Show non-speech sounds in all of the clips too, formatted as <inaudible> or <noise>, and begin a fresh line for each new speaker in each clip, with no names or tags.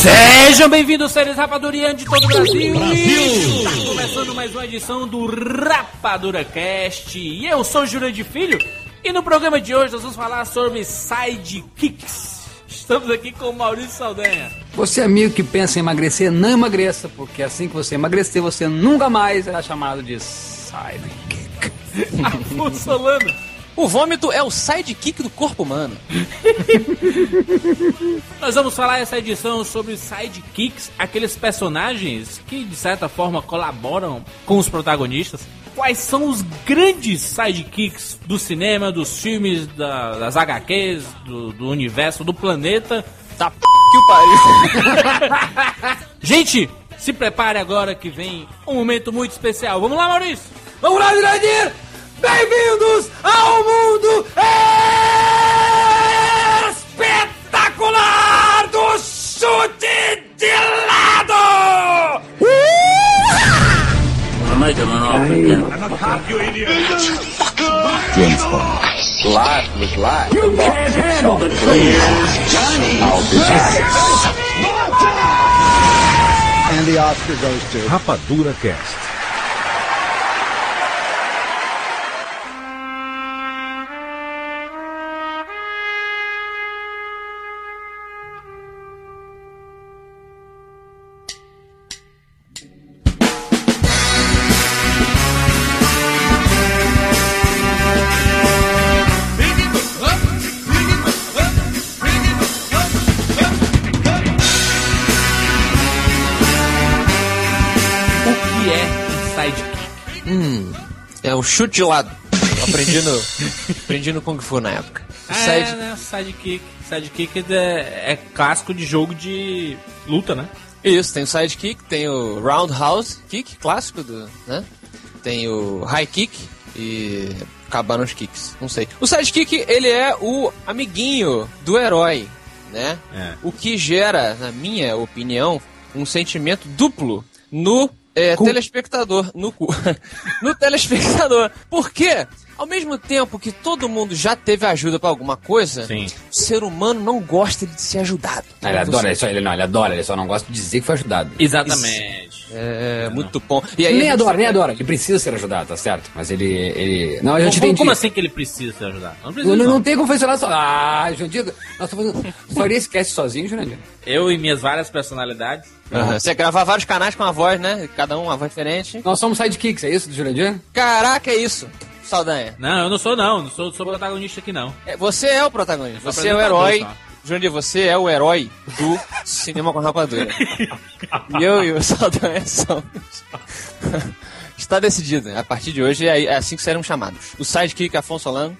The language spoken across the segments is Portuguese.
Sejam bem-vindos, seres rapadurianos de todo o Brasil. E Está começando mais uma edição do Rapadura Cast. E eu sou o Jurandir Filho. E no programa de hoje nós vamos falar sobre sidekicks. Estamos aqui com o Maurício Saldanha.
é
Você amigo que pensa em emagrecer, não emagreça, porque assim que você emagrecer, você nunca mais será chamado de sidekick.
Afonso Solano.
O vômito é o sidekick do corpo humano.
Nós vamos falar essa edição sobre os sidekicks, aqueles personagens que de certa forma colaboram com os protagonistas. Quais são os grandes sidekicks do cinema, dos filmes, da- das HQs, do, do universo, do planeta?
Tá p que o pariu.
Gente, se prepare agora que vem um momento muito especial. Vamos lá, Maurício!
Vamos lá, Jurandir! Bem-vindos ao mundo espetacular do chute de lado!
Rapadura Cast.
O que é um sidekick?
É o chute de lado. Eu aprendi no, <laughs> aprendi no Kung Fu na época. O
Ah,
side-
é, né? Sidekick. Sidekick é, é clássico de jogo de luta, né?
Isso, tem o sidekick, tem o roundhouse kick, clássico do, né? Tem o high kick e acabaram os kicks, não sei. O sidekick, ele é o amiguinho do herói, né?
É.
O que gera, na minha opinião, um sentimento duplo no é, telespectador, no cu, <laughs> no telespectador. Porque ao mesmo tempo que todo mundo já teve ajuda pra alguma coisa,
Sim.
o ser humano não gosta de ser ajudado.
Ele adora, ele, só, ele, não, ele adora, ele só não gosta de dizer que foi ajudado.
Exatamente.
É, muito bom. E aí,
Nem
a gente-
adora, nem adora. Ele precisa ser ajudado, tá certo? Mas ele. ele... Não, eu já te
Como,
entendi.
como assim que ele precisa se ajudar? Não precisa.
Eu não,
não.
não tem como funcionar só. Ah, Jandir, nós estamos fazendo. Faria esquece sozinho, Jurandir.
Eu e minhas várias personalidades.
Aham, Você gravar vários canais com uma voz, né? Cada um uma voz diferente.
Nós somos sidekicks, é isso, Jurandir?
Caraca, é isso, Saldanha.
Não, eu não sou não, não sou, sou protagonista aqui não.
É, Você é o protagonista,
Eu sou
você é o
apresentador,
herói.
só.
Jurandir, você é o herói do Cinema com Rapadura. e eu e o Saldanha somos. Está decidido. A partir de hoje é aí- é assim que seremos chamados. O sidekick Afonso Solano.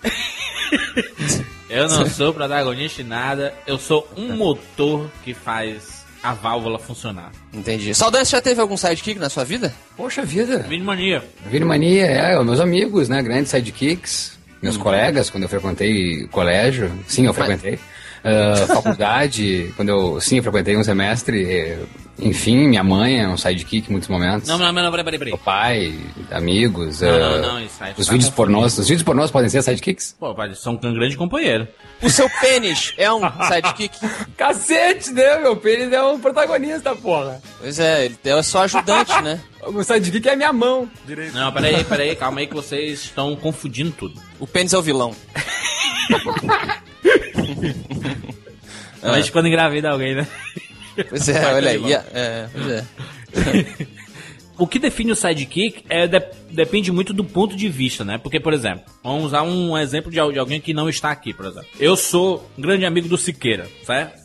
Eu não sou protagonista de nada, eu sou um motor que faz a válvula funcionar.
Entendi. Saldanha, você já teve algum sidekick na sua vida?
Poxa vida.
Mini mania.
Vini Mania, é, meus amigos, né? Grandes sidekicks, meus
Uhum.
colegas, quando eu frequentei colégio, sim, eu frequentei. Ah, faculdade, <laughs> quando eu. Sim, eu frequentei um semestre. eh, Enfim, minha mãe é um sidekick em muitos momentos.
Não, não, não, não, peraí, peraí,
Meu
peraí.
pai, amigos.
Não,
ah,
não, não, isso aí
Os
tá
vídeos
confundindo.
pornôs. Os vídeos pornôs podem ser sidekicks?
Pô, pai, são um grande companheiro.
O seu pênis é um sidekick?
Cacete, né? Meu pênis é um protagonista, porra.
Pois é, ele é só ajudante, né?
O sidekick é minha mão.
Não, peraí, peraí, calma aí que vocês estão confundindo tudo.
O pênis é o vilão.
Mas quando engravida alguém, né?
Pois é,
Vai,
olha
vilão.
aí. É, pois é.
O que define o sidekick é, de- depende muito do ponto de vista, né? Porque, por exemplo, vamos usar um exemplo de, al- de alguém que não está aqui, por exemplo. Eu sou um grande amigo do Siqueira, certo?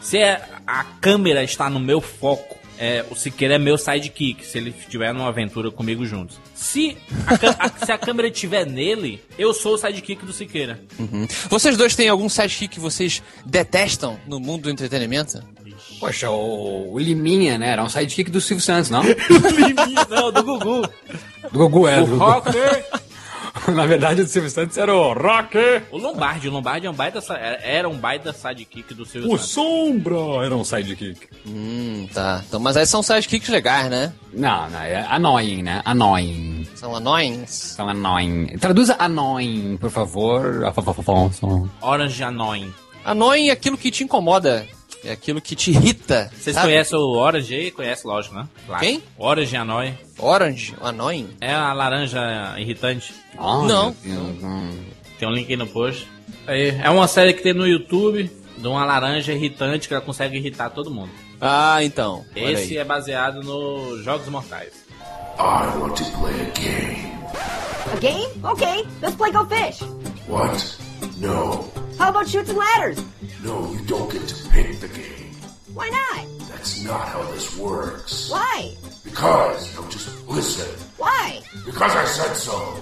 Se é- a câmera está no meu foco, é, o Siqueira é meu sidekick, se ele estiver numa aventura comigo juntos. Se a, cã- a- se a câmera estiver nele, eu sou o sidekick do Siqueira. <laughs>
Uhum. Vocês dois têm algum sidekick que vocês detestam no mundo do entretenimento?
Poxa, o, o Liminha, né? Era um sidekick do Silvio Santos, não?
Não, do Gugu.
Do Gugu era.
O
do Gugu.
Rocker.
<laughs> Na verdade, o do Silvio Santos era o Rock.
O Lombardi. O Lombardi é um baita, sa- era um baita sidekick do Silvio
O
Santos.
Sombra era um sidekick.
Hum, tá. Então, mas aí são sidekicks legais, né?
Não, não, é annoying, né? Annoying.
São anões.
São annoying. Traduza annoying, por favor. Afonso.
Orange Annoying.
Annoying é aquilo que te incomoda. É aquilo que te irrita.
Vocês
sabe?
conhecem o Orange aí? Conhece, lógico, né? Claro.
Quem?
Orange Annoying.
Orange? Annoying?
É a laranja irritante.
Ai,
Não.
meu Deus, hum.
Tem um link aí no post. Aí, é uma série que tem no YouTube de uma laranja irritante que ela consegue irritar todo mundo.
Ah, então. Olha
Esse
aí.
é baseado nos Jogos Mortais.
I want to play a game.
A game? Okay, let's play Go Fish.
What? No.
How about shoots and ladders?
No, you don't get to pick the game.
Why not?
That's not how this works.
Why?
Because you just listen.
Why? <laughs>
Because I said so.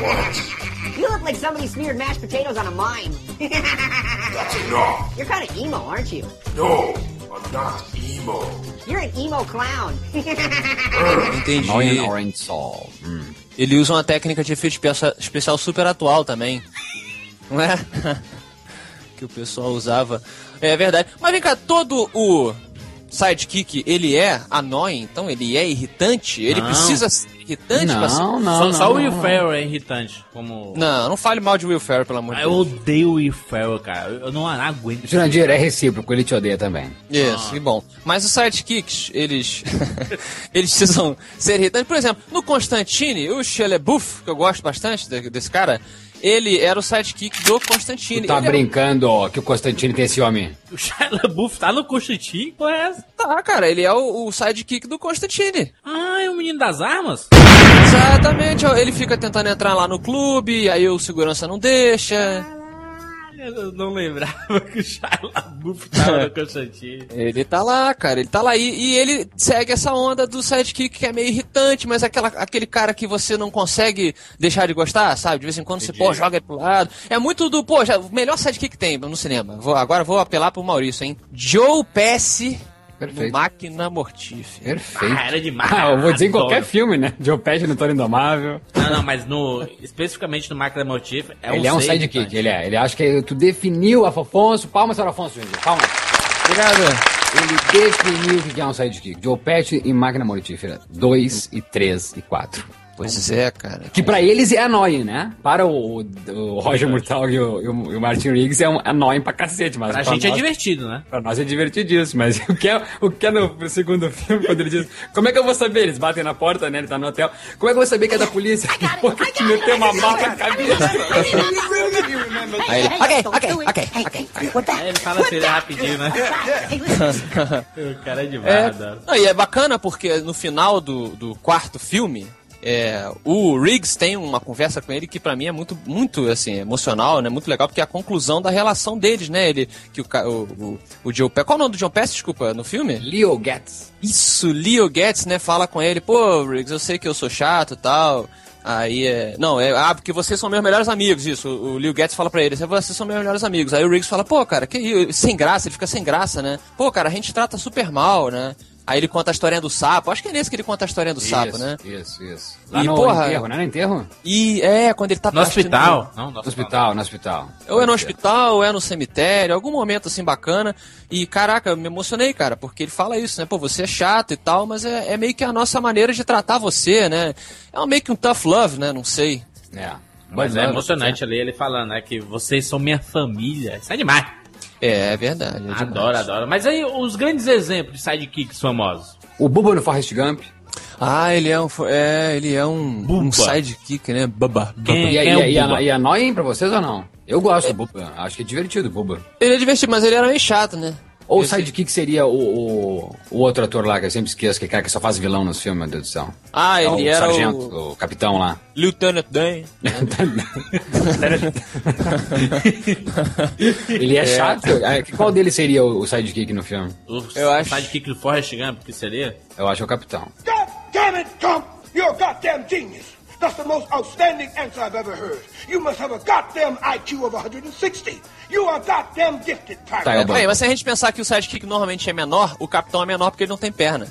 what?
You look like somebody smeared mashed potatoes on a mime.
That's enough.
<laughs> You're kind of emo, aren't you?
No, I'm not emo.
You're an emo clown. <laughs>
é
Entendi.
Annoying Orange Soul. Hum.
Ele usa uma técnica de efeito espeça- especial super atual também. Não é? <laughs> que o pessoal usava. É verdade. Mas vem cá, todo o sidekick, ele é annoying, então ele é irritante? Ele
Não.
precisa ser irritante? pra ser-
Não, não,
só
não.
só o Will
não.
Ferrell é irritante. Como...
Não, não fale mal de Will Ferrell, pelo amor
Ah,
de
Eu
Deus.
odeio o Will Ferrell, cara. Eu não aguento.
Jurandir, é recíproco, ele te odeia também. Tá
Isso, e bom. Mas os sidekicks, eles. <laughs> eles precisam ser irritantes. Por exemplo, no Constantine, o Shelebuff, que eu gosto bastante de- desse cara, ele era o sidekick do Constantine.
Tu tá
Ele é um era-
brincando ó, que o Constantino tem esse homem.
O Shia LaBeouf tá no Constantine? Qual é essa?
Tá, cara, ele é o, o sidekick do Constantine.
Ah, é o menino das armas?
Exatamente, ó, ele fica tentando entrar lá no clube, aí o segurança não deixa.
Eu não lembrava que o Shia LaBeouf tava <laughs> no Constantine.
Ele tá lá, cara, ele tá lá. E, e ele segue essa onda do sidekick que é meio irritante, mas aquela, aquele cara que você não consegue deixar de gostar, sabe? De vez em quando você, pô, joga ele pro lado. É muito do, pô, já, o melhor sidekick que tem no cinema. Vou- agora vou apelar pro Maurício, hein? Joe Pesci no
Perfeito.
Máquina Mortífera.
Perfeito.
Ah, era demais.
<laughs> Ah, eu vou dizer em qualquer
Adoro.
filme, né? Joe Pesci no Toro Indomável.
Não, não, mas no, especificamente no Máquina Motif, é
ele é um
ser
sidekick,
irritante.
ele é. Ele acha que tu definiu Afonso. Palmas para o Afonso, gente. Palmas.
Obrigado.
Ele definiu o que é um sidekick. Joe Pesci e Máquina Mortífera. 2 e 3 e 4.
Pois é, cara. <laughs>
Que pra eles é annoying, né? Para o, o
É.
Roger Murtaugh e o, e o- e o Martin Riggs é um annoying pra cacete, mas
Pra
pra
gente é
nós-
divertido, né?
Pra nós é divertidíssimo, mas <laughs> o que é, o que é no segundo <laughs> filme, quando ele diz, como é que eu vou saber? Eles batem na porta, né? Ele tá no hotel. Como é que eu vou saber que é da polícia? Que <laughs> porra que te meteu uma bala na cabeça?
Aí ele,
okay, okay, okay, okay. What the?
É, Ele fala assim, ele é rapidinho, né?
Hey, listen.
<laughs> O cara é demais,
É.
adoro.
Não, e é bacana porque no final do, do quarto filme, é, o Riggs tem uma conversa com ele que pra mim é muito, muito assim, emocional, né? Muito legal, porque é a conclusão da relação deles, né? Ele, que o, ca- o, o, o Joe Pesci... Qual é o nome do Joe Pesci, desculpa, no filme?
Leo Getz.
Isso, Leo Getz, né, fala com ele, pô, Riggs, eu sei que eu sou chato e tal. Aí é. Não, é. Ah, porque vocês são meus melhores amigos, isso. O o Leo Getz fala pra ele, vocês são meus melhores amigos. Aí o Riggs fala, pô, cara, que i- sem graça, ele fica sem graça, né? Pô, cara, a gente trata super mal, né? Aí ele conta a historinha do sapo, acho que é nesse que ele conta a historinha do sapo, né?
Isso, isso. Lá
E,
no
porra,
enterro, né? No enterro?
E é, quando ele tá
No hospital. Não, no
No hospital, no hospital.
Ou é no hospital, ou é no cemitério, algum momento assim bacana. E caraca, eu me emocionei, cara, porque ele fala isso, né? Pô, você é chato e tal, mas é, é meio que a nossa maneira de tratar você, né? É um- meio que um tough love, né? Não sei.
É.
Mas
Bud
é
Love.
emocionante ali ele falando, né? Que vocês são minha família. Isso é demais.
É, é verdade. é demais.
Adoro, adoro. Mas aí, os grandes exemplos de sidekicks famosos.
O Bubba no Forrest Gump.
Ah, ele é um. fo- É, ele é um, um
Bubba.
sidekick, né? Baba.
Quem-
E, aí,
quem é o
e,
Bubba?
e, e annoying pra vocês ou não? Eu gosto do Bubba. Acho que é divertido o Bubba.
Ele é divertido, mas ele era meio chato, né?
Ou o
Eu sei.
sidekick seria o, o, o outro ator lá, que eu sempre esqueço, que é cara que só faz vilão nos filmes, meu Deus do céu.
Ah,
É
ele
o
era
sargento,
o
o... capitão lá.
Lieutenant Dan.
Ele é, chato. Ah, Qual dele seria o o sidekick no filme?
O
Eu acho-
sidekick do Forrest Gump, que seria?
Eu acho que é o capitão.
God damn it, Gump! You're a goddamn genius. That's the most outstanding answer I've ever heard. You must have a goddamn IQ of 160. You are goddamn gifted, Tiger.
Tá, eu-
Ué, mas se a gente pensar que o sidekick normalmente é menor, o capitão é menor porque ele não tem perna.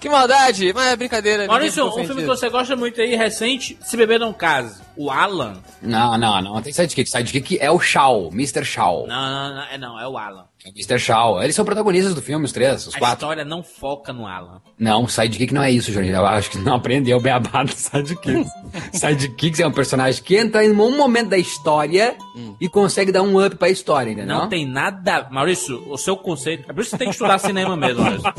que maldade! Mas é brincadeira. ninguém
Maurício,
ficou
um filme que
ofendido.
você gosta muito aí, recente, Se Beber Não Case. O Alan.
Não, não, não. Tem sidekick. Sidekick é o Shaw, Mr. Shaw.
Não, não, não, é, não, é o Alan.
É o Mr. Shaw. Eles são protagonistas do filme, os três, os
A
quatro.
história não foca no Alan.
Não, sidekick não é isso, Jorge. Eu acho que não aprendeu o beabá do
<laughs>
sidekick. Sidekicks é um personagem que entra em um momento da história
Hum.
e consegue dar um up pra história, entendeu?
Não, tem nada. Maurício, o seu conceito. É por isso que você tem que estudar cinema mesmo, Maurício.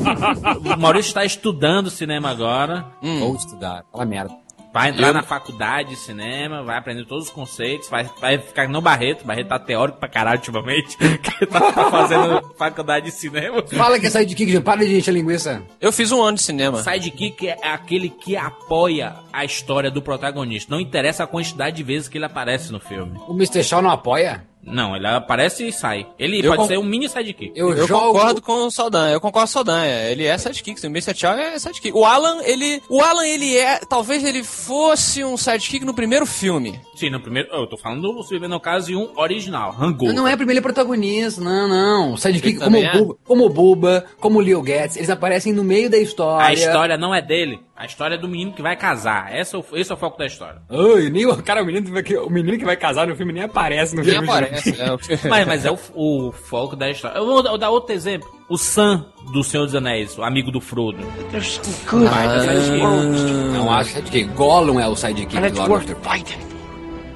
O Maurício está estudando cinema agora.
Vou estudar. Hum. Fala merda.
Vai entrar na faculdade de cinema, vai aprender todos os conceitos, vai, vai ficar no Barreto. Barreto tá teórico pra caralho ultimamente, <laughs> que tá fazendo faculdade de cinema.
Fala que é sidekick, gente. Para de encher linguiça.
Eu fiz um ano de cinema.
Sidekick é aquele que apoia a história do protagonista. Não interessa a quantidade de vezes que ele aparece no filme.
O Mr. Shaw não apoia?
Não, ele aparece e sai. Ele
Eu
pode
con-
ser um mini sidekick.
Eu,
Eu
jogo.
concordo com o Saldanha, eu concordo com o Saldanha. Ele é sidekick, sim. o Mr. Chow é sidekick. O Alan, ele. O Alan, ele é. Talvez ele fosse um sidekick no primeiro filme.
Sim, no primeiro. Eu tô falando do Se Beber Não Case e um original, Rango.
Não, Não é primeiro protagonista, não, não. O Sidekick,
Ele
como o,
também é?
Buba, como o Buba, como o Leo Getz, eles aparecem no meio da história.
A história não é dele. A história é do menino que vai casar. Essa é o- Esse é o foco da
<laughs>
história.
Ai, nem o cara, o menino, que vai- que- o menino que vai casar no filme nem aparece no
Nem
filme.
aparece. né?
Mas, mas é o, o foco da história. Eu vou dar- eu vou dar outro exemplo. O Sam do Senhor dos Anéis, o amigo do Frodo.
There's some good in
é
this world, Mr.
Não acho sidekick. Gollum é o sidekick
And
do
it's
Lord
worth
of the
fighting.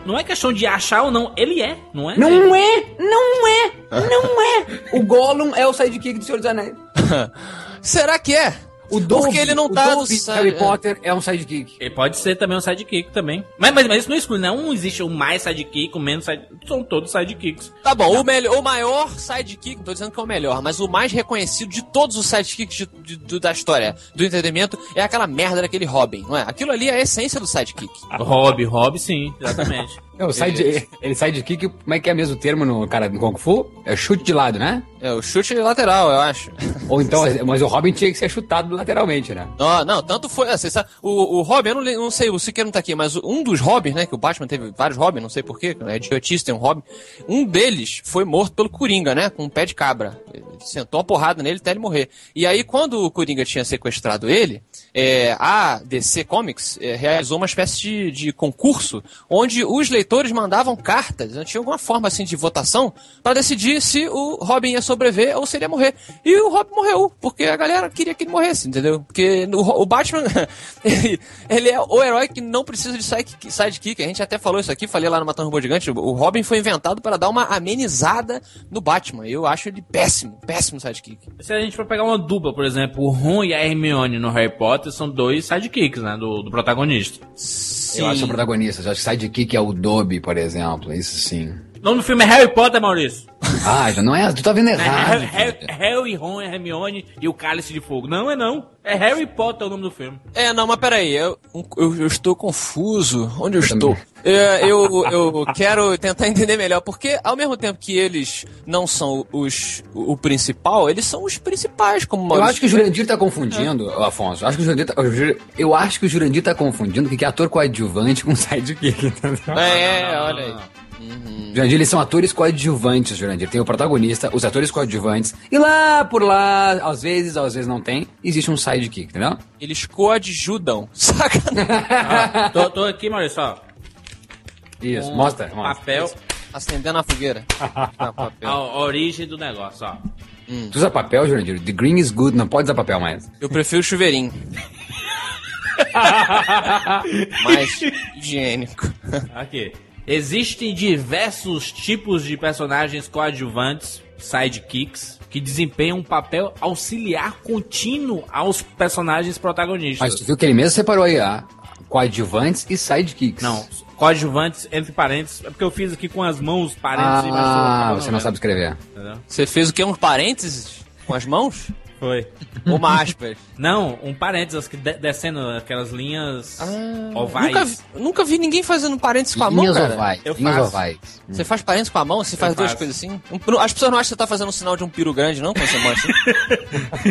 Não é questão de achar ou não. Ele é, não é?
Não é, não é,
<laughs>
não é. O Gollum é o sidekick do Senhor dos Anéis.
Será que é?
O Dobby,
Porque ele não
o
tá no
Dobby,
side-
Harry Potter é um sidekick.
Ele pode ser também um sidekick também. Mas, mas, mas isso não exclui, né? Um existe o mais sidekick, o menos sidekick. São todos
<laughs>
sidekicks.
Tá bom, o, melhor, o maior sidekick, não tô dizendo que é o melhor, mas o mais reconhecido de todos os sidekicks de- de- do- da história, do entendimento, é aquela merda daquele Robin, não é? Aquilo ali é a essência do sidekick.
Rob, Rob sim, exatamente.
É o side, <laughs> ele sidekick, como é que é mesmo o termo no cara do Kung Fu? É chute de lado, né?
É o chute lateral, eu acho.
Ou então, mas o Robin tinha que ser chutado lateralmente, né?
Não, não, tanto foi. Assim, sabe, o, o Robin, eu não, le- não sei, o Siqueira não tá aqui, mas o- um dos Robins, né? Que o Batman teve vários Robins, não sei porquê, é idiotice, tem um Robin. Um deles foi morto pelo Coringa, né? Com um pé de cabra. Ele Sentou uma porrada nele até ele morrer. E aí, quando o Coringa tinha sequestrado ele, é, a DC Comics é, realizou uma espécie de, de concurso onde os leitores mandavam cartas, né, tinha alguma forma assim de votação, pra decidir se o Robin ia sobreviver ou se ele ia morrer. E o Robin morreu, porque a galera queria que ele morresse, entendeu? Porque no- o Batman, <laughs> ele, ele é o herói que não precisa de sidekick, sidekick. A gente até falou isso aqui, falei lá no Matando Robô Gigante. O Robin foi inventado para dar uma amenizada no Batman. Eu acho ele péssimo, péssimo sidekick.
Se a gente for pegar uma dupla, por exemplo, o Ron e a Hermione no Harry Potter são dois sidekicks, né? Do, do protagonista.
Eu acho o protagonista. Eu acho que sidekick é o Dobby, por exemplo. Isso sim.
O nome do filme é Harry Potter, Maurício.
Ah, já não é. Tu tá vendo
É, Harry,
errado.
Harry,
cara.
Harry, Ron, Hermione e o Cálice de Fogo. Não, é não. É Harry Potter o nome do filme.
É, não, mas peraí, eu, um, eu, eu estou confuso. Onde eu estou? É, eu, eu quero tentar entender melhor, porque ao mesmo tempo que eles não são os, o principal, eles são os principais, como
Eu
Maurício.
acho que o Jurandir tá confundindo, Afonso. Eu acho que o Jurandir tá, o Jur- eu acho que o Jurandir tá confundindo o que que é ator coadjuvante com <laughs> sidekick, entendeu?
É, é, olha aí.
Jurandir, eles são atores coadjuvantes, Jurandir. Tem o protagonista, os atores coadjuvantes. E lá por lá, às vezes, às vezes não tem, existe um sidekick, entendeu?
Eles coadjudam. <laughs>
<laughs>
Sacanagem.
Ó, tô, tô aqui, Maurício, ó.
Isso,
Um
mostra. mostra.
Papel,
Acendendo a
<laughs>
fogueira. Ah,
a,
papel.
a origem do negócio, ó.
Tu usa papel, Jurandir? The green is good, não pode usar papel mais.
Eu prefiro
<laughs>
chuveirinho. Mais higiênico.
Aqui. Existem diversos tipos de personagens coadjuvantes, sidekicks, que desempenham um papel auxiliar contínuo aos personagens
Mas tu
protagonistas.
viu que ele mesmo separou aí a coadjuvantes e sidekicks.
Não, coadjuvantes, entre parênteses, é porque eu fiz aqui com as mãos, parênteses, mas eu
Ah,
acabo
você não
vendo,
sabe escrever.
entendeu?
Você fez o quê? Um parênteses? Com as mãos?
Foi.
Ou uma aspas?
Não, um parênteses, que de- descendo aquelas linhas
Ah,
ovais.
Hum. Nunca, vi- nunca vi ninguém fazendo parênteses com a mão,
Linhas
cara.
ovais.
Tá Eu
Linhas
faço.
ovais.
Você faz parênteses com a mão? Você faz duas
faço.
coisas assim? Um- as pessoas não acham que você tá fazendo um sinal de um piro grande, não, quando você mostra.
<laughs>
assim?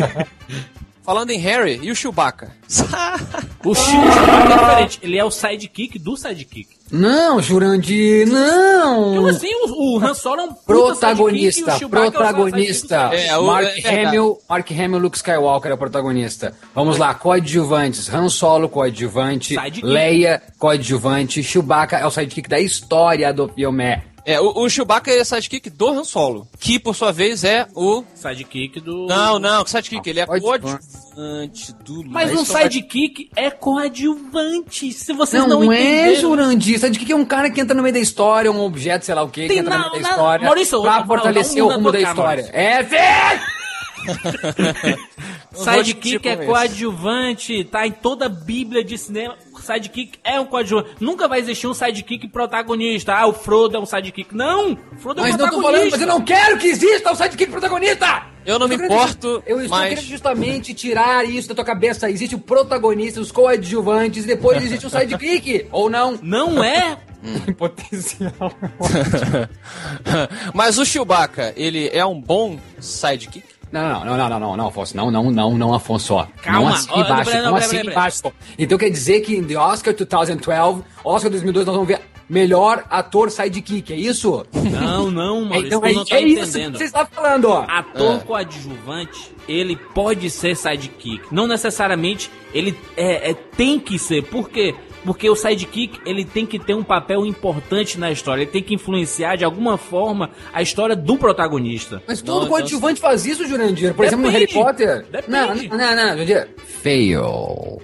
Falando em Harry e o Chewbacca.
O Chico Chewbacca é diferente, ele é o sidekick do sidekick.
Não, Jurandir, não!
Como assim? O, o Han Solo é um puta sidekick e
Protagonista,
o Chewbacca é o
protagonista.
sidekick. É, o-
Mark,
é verdade.
Hamill, Mark Hamill, Luke Skywalker é o protagonista. Vamos lá, coadjuvantes. Han Solo, coadjuvante.
Sidekick.
Leia, coadjuvante. Chewbacca é o sidekick da história do filme.
É, o, o Chewbacca é sidekick do Han Solo, que por sua vez é o...
Sidekick do...
Não, não, que sidekick, ele é
Pode-
coadjuvante do...
Mas um
Isso vai-
sidekick é coadjuvante, se vocês
Não,
não,
é,
entenderam.
Jurandir. Sidekick é um cara que entra no meio da história, um objeto, sei lá o quê, que
Tem
entra
na-
no meio da
na-
história
Maurício,
pra
não,
fortalecer
não,
o
não
rumo da
tocar,
história.
Maurício.
É, velho!
Eu vou
Sidekick
tipo
te
é
convencer.
coadjuvante, tá em toda a bíblia de cinema. Sidekick é um coadjuvante. Nunca vai existir um sidekick protagonista. Ah, o Frodo é um sidekick. Não! O Frodo é um
Mas não tô
protagonista.
falando, mas eu não quero que exista o sidekick protagonista!
Eu não me
tô querendo-
importo,
Eu estou
mas-
querendo justamente tirar isso da tua cabeça. Existe o protagonista, os coadjuvantes, e depois existe
<laughs>
o sidekick, ou não.
Não
<laughs>
é?
Potencial.
<laughs> Mas o Chewbacca, ele é um bom sidekick?
Não, não, não, não, não, não, Afonso. Não, não, não, não, Afonso. ó.
Calma,
Não assine
ó,
embaixo,
peraí, não,
não
peraí,
assine
peraí.
embaixo. pô. Então quer dizer que em The Oscar 2012, Oscar 2012, nós vamos ver melhor ator sidekick, é isso?
Não, não, Maurício.
então
tu
é,
não tá
é isso que
entendendo.
você está falando, ó.
Ator
É.
coadjuvante, ele pode ser sidekick. Não necessariamente ele é, é- tem que ser. Por quê? Porque o sidekick ele tem que ter um papel importante na história. Ele tem que influenciar de alguma forma a história do protagonista.
Mas
Não,
todo
então-
coadjuvante faz isso, Jurandir. Por exemplo, no Harry
Depende.
Potter.
Depende.
Não, não, não, não, Jurandir. Fail.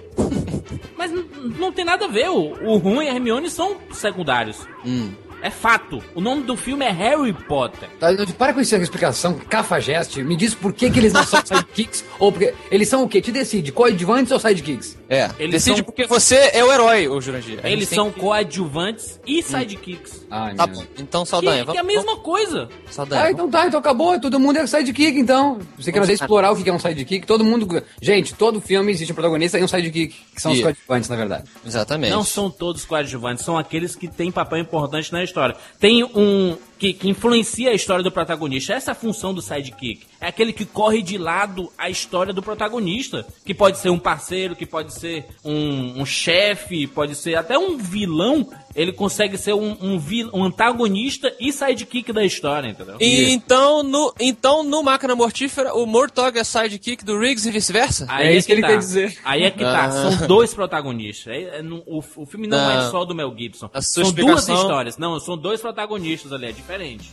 Mas n- não tem nada a ver. O, o Ron e a Hermione são secundários.
Hum.
É fato. O nome do filme é Harry Potter.
Tá, eu- Para com essa explicação, cafajeste. Me diz por que, que eles não
<laughs>
são sidekicks. ou porque eles são o quê? Te decide, coadjuvantes ou sidekicks?
É,
Eles
decide
são-
porque você é o herói, ô Jurandir. A gente
Eles
tem
são
que-
coadjuvantes e sidekicks.
Ai,
Tá bom, então Saldanha,
Que, que
vamos...
é a mesma coisa.
vamos- Saldanha,
Ah, então tá, então acabou. Todo mundo é sidekick, então. Você quer fazer explorar o que é um sidekick? Todo mundo. Gente, todo filme existe um protagonista e um sidekick, que são os
E-
coadjuvantes, na verdade.
vamos- Exatamente.
Não são todos coadjuvantes, são aqueles que têm papel importante na história. Tem um que, que influencia a história do protagonista. Essa é a função do sidekick. É aquele que corre de lado a história do protagonista. Que pode ser um parceiro, que pode ser um, um chefe, pode ser até um vilão. Ele consegue ser um, um, vil- um antagonista e sidekick da história, entendeu?
E então no, então, no Máquina Mortífera, o Mortog é sidekick do Riggs e vice-versa?
Aí
É isso que ele
tá.
quer dizer.
Aí é que tá,
Ah.
são dois protagonistas. É- é não- o, o filme não,
Não.
é só do Mel Gibson.
A sua
São duas
explicação-
histórias. Não, são dois protagonistas ali, é diferente.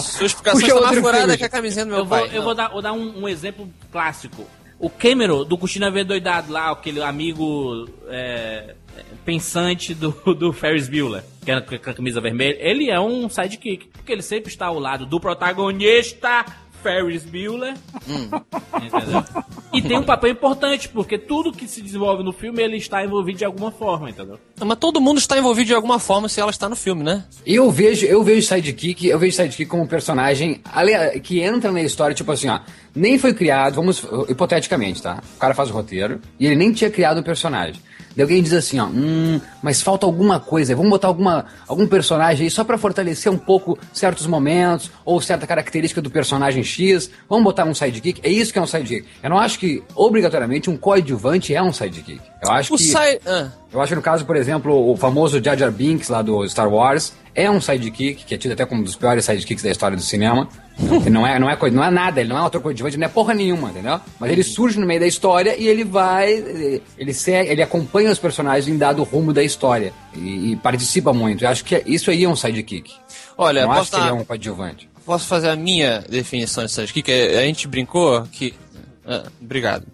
Sua explicação
Ah, Puxa
está mais
outro
furada
filme,
que a camisinha do meu
Eu vou,
pai.
eu vou dar, vou dar um, um exemplo clássico. O Cameron, do Cristina Ver Doidado lá, aquele amigo é, é, pensante do, <laughs> do Ferris Bueller, que era com a camisa vermelha, ele é um sidekick, porque ele sempre está ao lado do protagonista Ferris Bueller. <laughs> Entendeu? E tem um papel importante, porque tudo que se desenvolve no filme, ele está envolvido de alguma forma, entendeu?
Mas todo mundo está envolvido de alguma forma se ela está no filme, né?
Eu vejo, eu vejo sidekick, eu vejo sidekick como um personagem ale- que entra na história, tipo assim, ó, nem foi criado, vamos, hipoteticamente, tá? O cara faz o roteiro e ele nem tinha criado o personagem. Daí alguém diz assim, ó, hum, mas falta alguma coisa, vamos botar alguma, algum personagem aí só pra fortalecer um pouco certos momentos ou certa característica do personagem X, vamos botar um sidekick, é isso que é um sidekick. Eu não acho que, obrigatoriamente, um coadjuvante é um sidekick. Eu acho
O
que...
side... ah.
Eu acho que no caso, por exemplo, o famoso Jar Jar Binks lá do Star Wars é um sidekick, que é tido até como um dos piores sidekicks da história do cinema. Ele não é, não é, coisa- não é nada, ele não é um ator coadjuvante, não é porra nenhuma, entendeu? Mas
Uhum.
ele surge no meio da história e ele vai, ele- ele segue, ele acompanha os personagens em dado rumo da história e, e participa muito. Eu acho que isso aí é um sidekick.
Olha,
não
posso
acho que ele
dar-
é um coadjuvante.
Posso fazer a minha definição de sidekick? É, A gente brincou que. Ah, obrigado.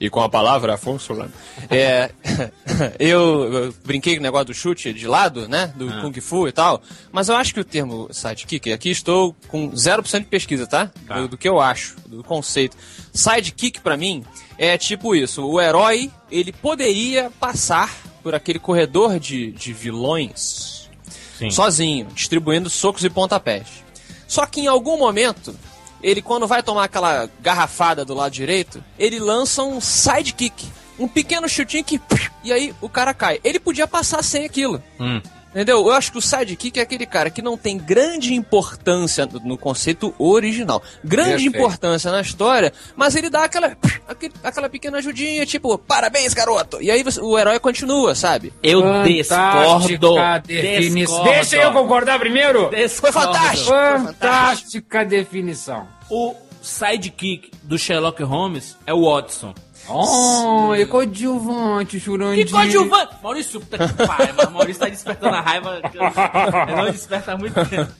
E com a palavra, Afonso Lano. É, <laughs> eu, eu brinquei com o negócio do chute de lado, né? Do Kung Fu e tal. Mas eu acho que o termo sidekick, aqui estou com 0% de pesquisa, tá? Do, do que eu acho, do conceito. Sidekick, pra mim, é tipo isso: o herói, ele poderia passar por aquele corredor de, de vilões
Sim.
sozinho, distribuindo socos e pontapés. Só que em algum momento, ele quando vai tomar aquela garrafada do lado direito, ele lança um sidekick. Um pequeno chutinho que. E aí o cara cai. Ele podia passar sem aquilo.
Hum.
Entendeu? Eu acho que o sidekick é aquele cara que não tem grande importância no, no conceito original. Grande
Perfeito.
importância na história, mas ele dá aquela, aquele- aquela pequena ajudinha, tipo, parabéns, garoto. E aí você- o herói continua, sabe?
Eu
Fantástica
discordo.
defini-
Discordo.
Deixa eu concordar primeiro.
Discordo.
Foi fantástico.
Fantástica definição.
O sidekick do Sherlock Holmes é o Watson.
Oh, e coadjuvante, Jurandir.
Que coadjuvante! Maurício, puta que pariu, mas Maurício tá despertando a raiva. que eu- Eu não desperta há muito tempo.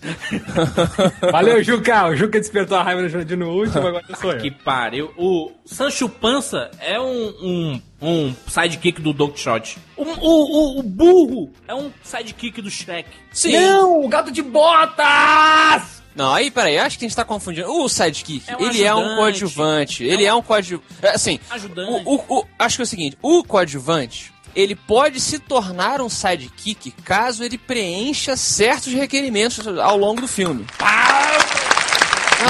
Valeu, Juca. O Juca despertou a raiva do Jurandir no último, agora
<laughs>
sou eu.
Que pariu. O Sancho Panza é um, um, um sidekick do Doc Shot. O, o, o- o burro é um sidekick do Shrek.
Sim.
Não, o gato de botas!
Não, aí, peraí, acho que a gente tá confundindo. O sidekick,
É um
ele é um
ajudante.
coadjuvante. Ele é um coadjuvante. Assim,
Ajudante.
o- o- o- acho que é o seguinte: o coadjuvante, ele pode se tornar um sidekick caso ele preencha certos requerimentos ao longo do filme.
Ah,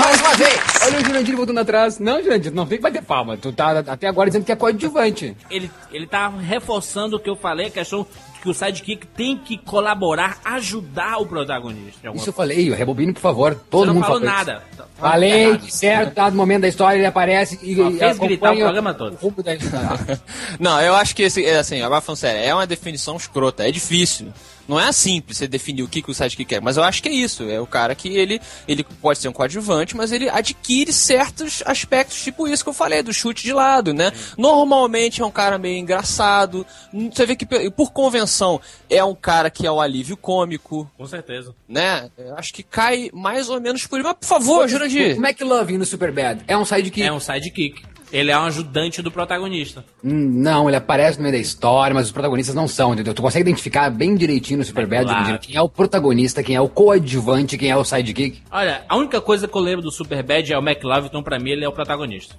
Mais uma vez!
Olha o Jurandir voltando atrás. Não, Jurandir, não tem que bater palma. Tu tá até agora dizendo que é coadjuvante.
Ele, ele tá reforçando o que eu falei, a questão de que o sidekick tem que colaborar, ajudar o protagonista. de alguma
Isso eu falei, rebobine, por favor. Todo
Você não
mundo
falou
falou isso. Ah,
nada. Tá
Falei
Errado.
que certo dado momento da história ele aparece e,
Só
e
fez gritar
acompanha
o programa todo.
rumo da história.
<laughs> Não, eu acho que esse, é assim, agora falando sério, é uma definição escrota, é difícil. Não é simples você definir o que, que o sidekick é, mas eu acho que é isso. É o cara que ele, ele pode ser um coadjuvante, mas ele adquire certos aspectos, tipo isso que eu falei, do chute de lado, né? Normalmente é um cara meio engraçado. Você vê que, pe- por convenção, é um cara que é o alívio cômico,
Com certeza.
né? Eu acho que cai mais ou menos por. Mas, por favor, Jurandir.
Como é que Love no Superbad? É um sidekick?
É um sidekick. Ele é um ajudante do protagonista.
Hum, Não, ele aparece no meio da história, mas os protagonistas não são, entendeu? Tu consegue identificar bem direitinho no Superbad
Claro.
Jurandir, quem é o protagonista, quem é o coadjuvante, quem é o sidekick.
Olha, a única coisa que eu lembro do Superbad é o McLove, então pra mim ele é o protagonista.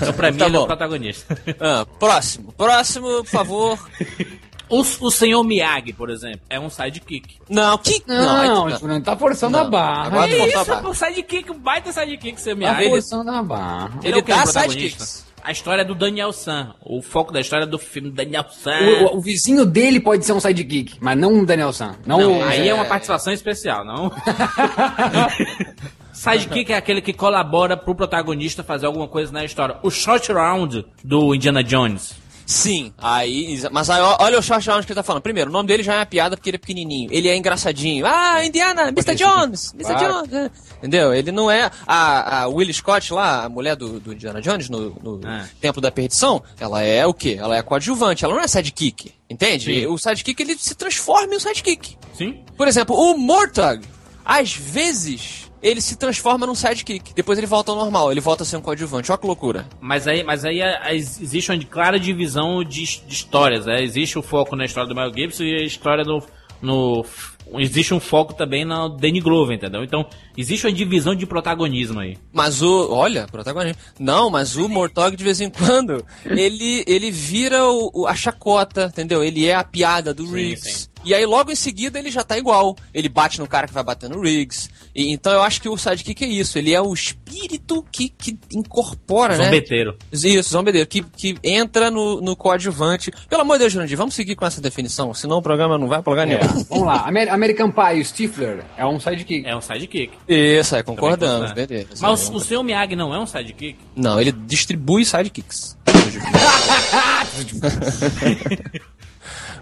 Então pra mim
Tá
ele é
bom.
o protagonista.
Ah, próximo, próximo, por favor.
O, o senhor Miyagi, por exemplo, é um sidekick.
Não, é que. aí-
Não, não, não tá forçando
Não.
a barra.
Agora
hein?
tu-
Isso,
Tá
é um sidekick, um baita sidekick, seu
tá
Miyagi.
forçando a barra.
Ele é o quê?
Ele
Um
dá
protagonista?
sidekicks.
A história é do Daniel San. O foco da história é do filme Daniel
É.
San.
O, o- o vizinho dele pode ser um sidekick, mas não o Daniel San. Não, um.
Não,
o-
aí é uma participação especial, não? <laughs> Sidekick é aquele que colabora pro protagonista fazer alguma coisa na história. O short round do Indiana Jones.
Sim, aí. Mas aí, ó, olha o short round que ele tá falando. Primeiro, o nome dele já é uma piada porque ele é pequenininho. Ele é engraçadinho. Ah, Indiana, Mr. Jones, Mr. Jones. é. Entendeu? Ele não é. A, a Willie Scott lá, a mulher do, do Indiana Jones no, no
Ah.
Templo da Perdição, ela é o quê? Ela é coadjuvante, ela não é sidekick. Entende? O sidekick ele se transforma em um sidekick.
Sim?
Por exemplo, o Mortag, às vezes, ele se transforma num sidekick. Depois ele volta ao normal, ele volta a ser um coadjuvante. Olha que loucura.
Mas aí, mas aí a- a- existe uma clara divisão de, his- de histórias. né? Existe o foco na história do Mel Gibson e a história do. No, existe um foco também na Danny Glover, entendeu? Então, existe uma divisão de protagonismo aí.
Mas o. Olha, protagonista. Não, mas o Mortog de vez em quando, ele, ele vira o, o- a chacota, entendeu? Ele é a piada do Riggs.
sim.
E aí logo em seguida ele já tá igual. Ele bate no cara que vai bater no Riggs. E, então eu acho que o sidekick é isso. Ele é o espírito que, que incorpora, né?
Zombeteiro.
Isso, zombedeiro, que, que entra no, no coadjuvante. Pelo amor de Deus, Jurandir, vamos seguir com essa definição, senão o programa não vai pra lugar
É,
nenhum.
vamos lá. Amer- American Pie, o Stifler, é um sidekick.
É um sidekick.
Isso, aí,
Também né?
concordamos,
considero.
beleza.
Mas o, o seu Miyagi não é um sidekick?
Não, ele distribui
<laughs>
sidekicks.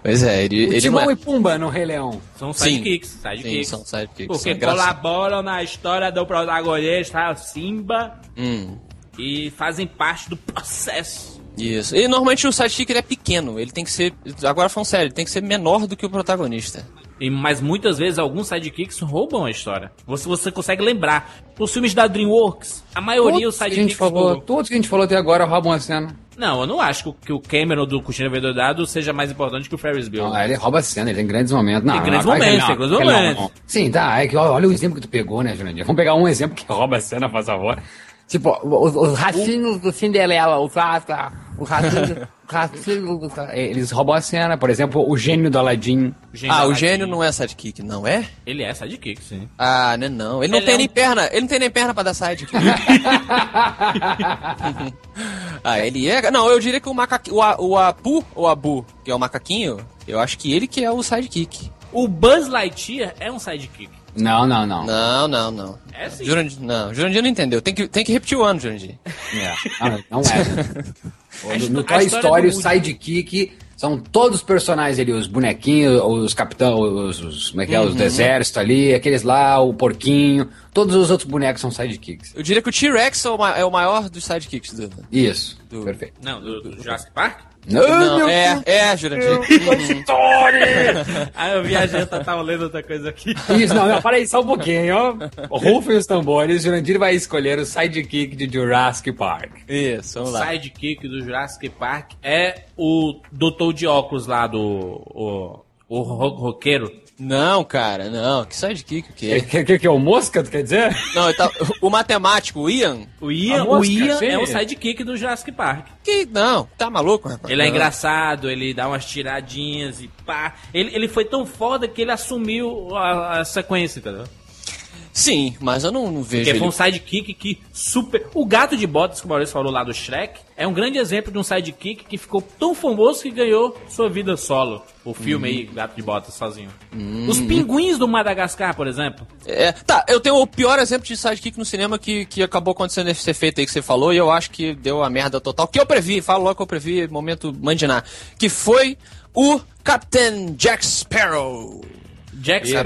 pois é, ele, ele
Timão
não
e
é...
Pumba no Rei Leão.
São
Sim.
sidekicks.
Sim,
sidekicks.
são sidekicks.
Porque
são engraçados.
colaboram na história do protagonista Simba
Hum,
e fazem parte do processo.
isso. E normalmente o sidekick ele é pequeno, ele tem que ser... Agora falando sério, ele tem que ser menor do que o protagonista.
E, mas muitas vezes alguns sidekicks roubam a história. Você, você consegue lembrar. Os filmes da DreamWorks, a maioria os
Todos que, a gente
sidekicks
falou,
roubam.
todos que a gente falou até agora roubam a cena.
Não, eu não acho que o- que o Cameron do Cochina Vedodado seja mais importante que o Ferris Bueller.
Ah,
Não, ah, ele rouba a cena, ele tem grandes momentos. Não,
Tem grandes
não, não,
momentos,
não,
tem grandes
não, não.
momentos.
Sim, tá. É que, ó, olha o exemplo que tu pegou, né, Jurandir? Vamos pegar um exemplo que rouba a cena, faz favor.
Tipo, os, os ratinhos do Cinderela, o
ah,
Tata, o
<laughs>
ratinho, o ratinho do Tata.
é, Eles roubam a cena, por exemplo, o gênio do Aladdin.
Gênio
Ah, o
Aladdin.
gênio não é sidekick, não é?
Ele é sidekick, sim.
Ah, não, é não. Ele não
Ele
tem
é
nem
um-
perna. Ele não tem nem perna pra
<laughs>
dar sidekick. ah, ele é. Não, eu diria que o macaquinho. O, a- o Apu, o Abu, que é o macaquinho, eu acho que ele que é o sidekick.
O Buzz Lightyear é um sidekick.
Não, não, não.
Não, não, não.
É sim.
Jurandir, não, Jurandir não entendeu. Tem que, tem que repetir o ano, Jurandir.
É, Não, não
<laughs>
é.
A
No-
histó-
No
a
Toy Story,
história é
o
do Woody.
Sidekick são todos os personagens ali, os bonequinhos, os capitão, os, os, como é que é, os
Uhum.
do exército ali, aqueles lá, o porquinho, todos os outros bonecos são sidekicks.
Eu diria que o T-Rex é, o ma- é o maior dos sidekicks do.
Isso,
Do-
perfeito.
Não, do, do Jurassic Park?
Não, meu
é, é, Jurandir. <laughs>
Ah, eu viajei, eu tava lendo outra coisa aqui.
Isso, não, não, para aí só um pouquinho, ó. Rufem os tambores, Jurandir vai escolher o sidekick de Jurassic Park.
Isso,
O
vamos lá.
sidekick do Jurassic Park é o doutor de óculos lá do... O, o ro- roqueiro.
Não, cara, não. Que sidekick o
Que,
quê?
que, que, que é o Mosca, tu quer dizer?
Não, ele tá- o matemático, o Ian,
O Ian,
A mosca,
o Ian
sim.
é o sidekick do Jurassic Park.
que. Não, tá maluco, rapaz.
Ele é
Não.
engraçado, ele dá umas tiradinhas e pá. Ele, ele foi tão foda que ele assumiu a, a sequência, entendeu?
Sim, mas eu não, não vejo.
Porque
Ele...
foi um sidekick que super. O gato de botas que o Maurício falou lá do Shrek é um grande exemplo de um sidekick que ficou tão famoso que ganhou sua vida solo. O filme aí, Gato de Botas, sozinho.
Uhum.
Os pinguins do Madagascar, por exemplo.
É, tá, eu tenho o pior exemplo de sidekick no cinema que, que acabou acontecendo esse efeito aí que você falou, e eu acho que deu a merda total. Que eu previ, falo logo que eu previ, momento mandinar. Que foi o Captain Jack Sparrow.
Jack Sparrow.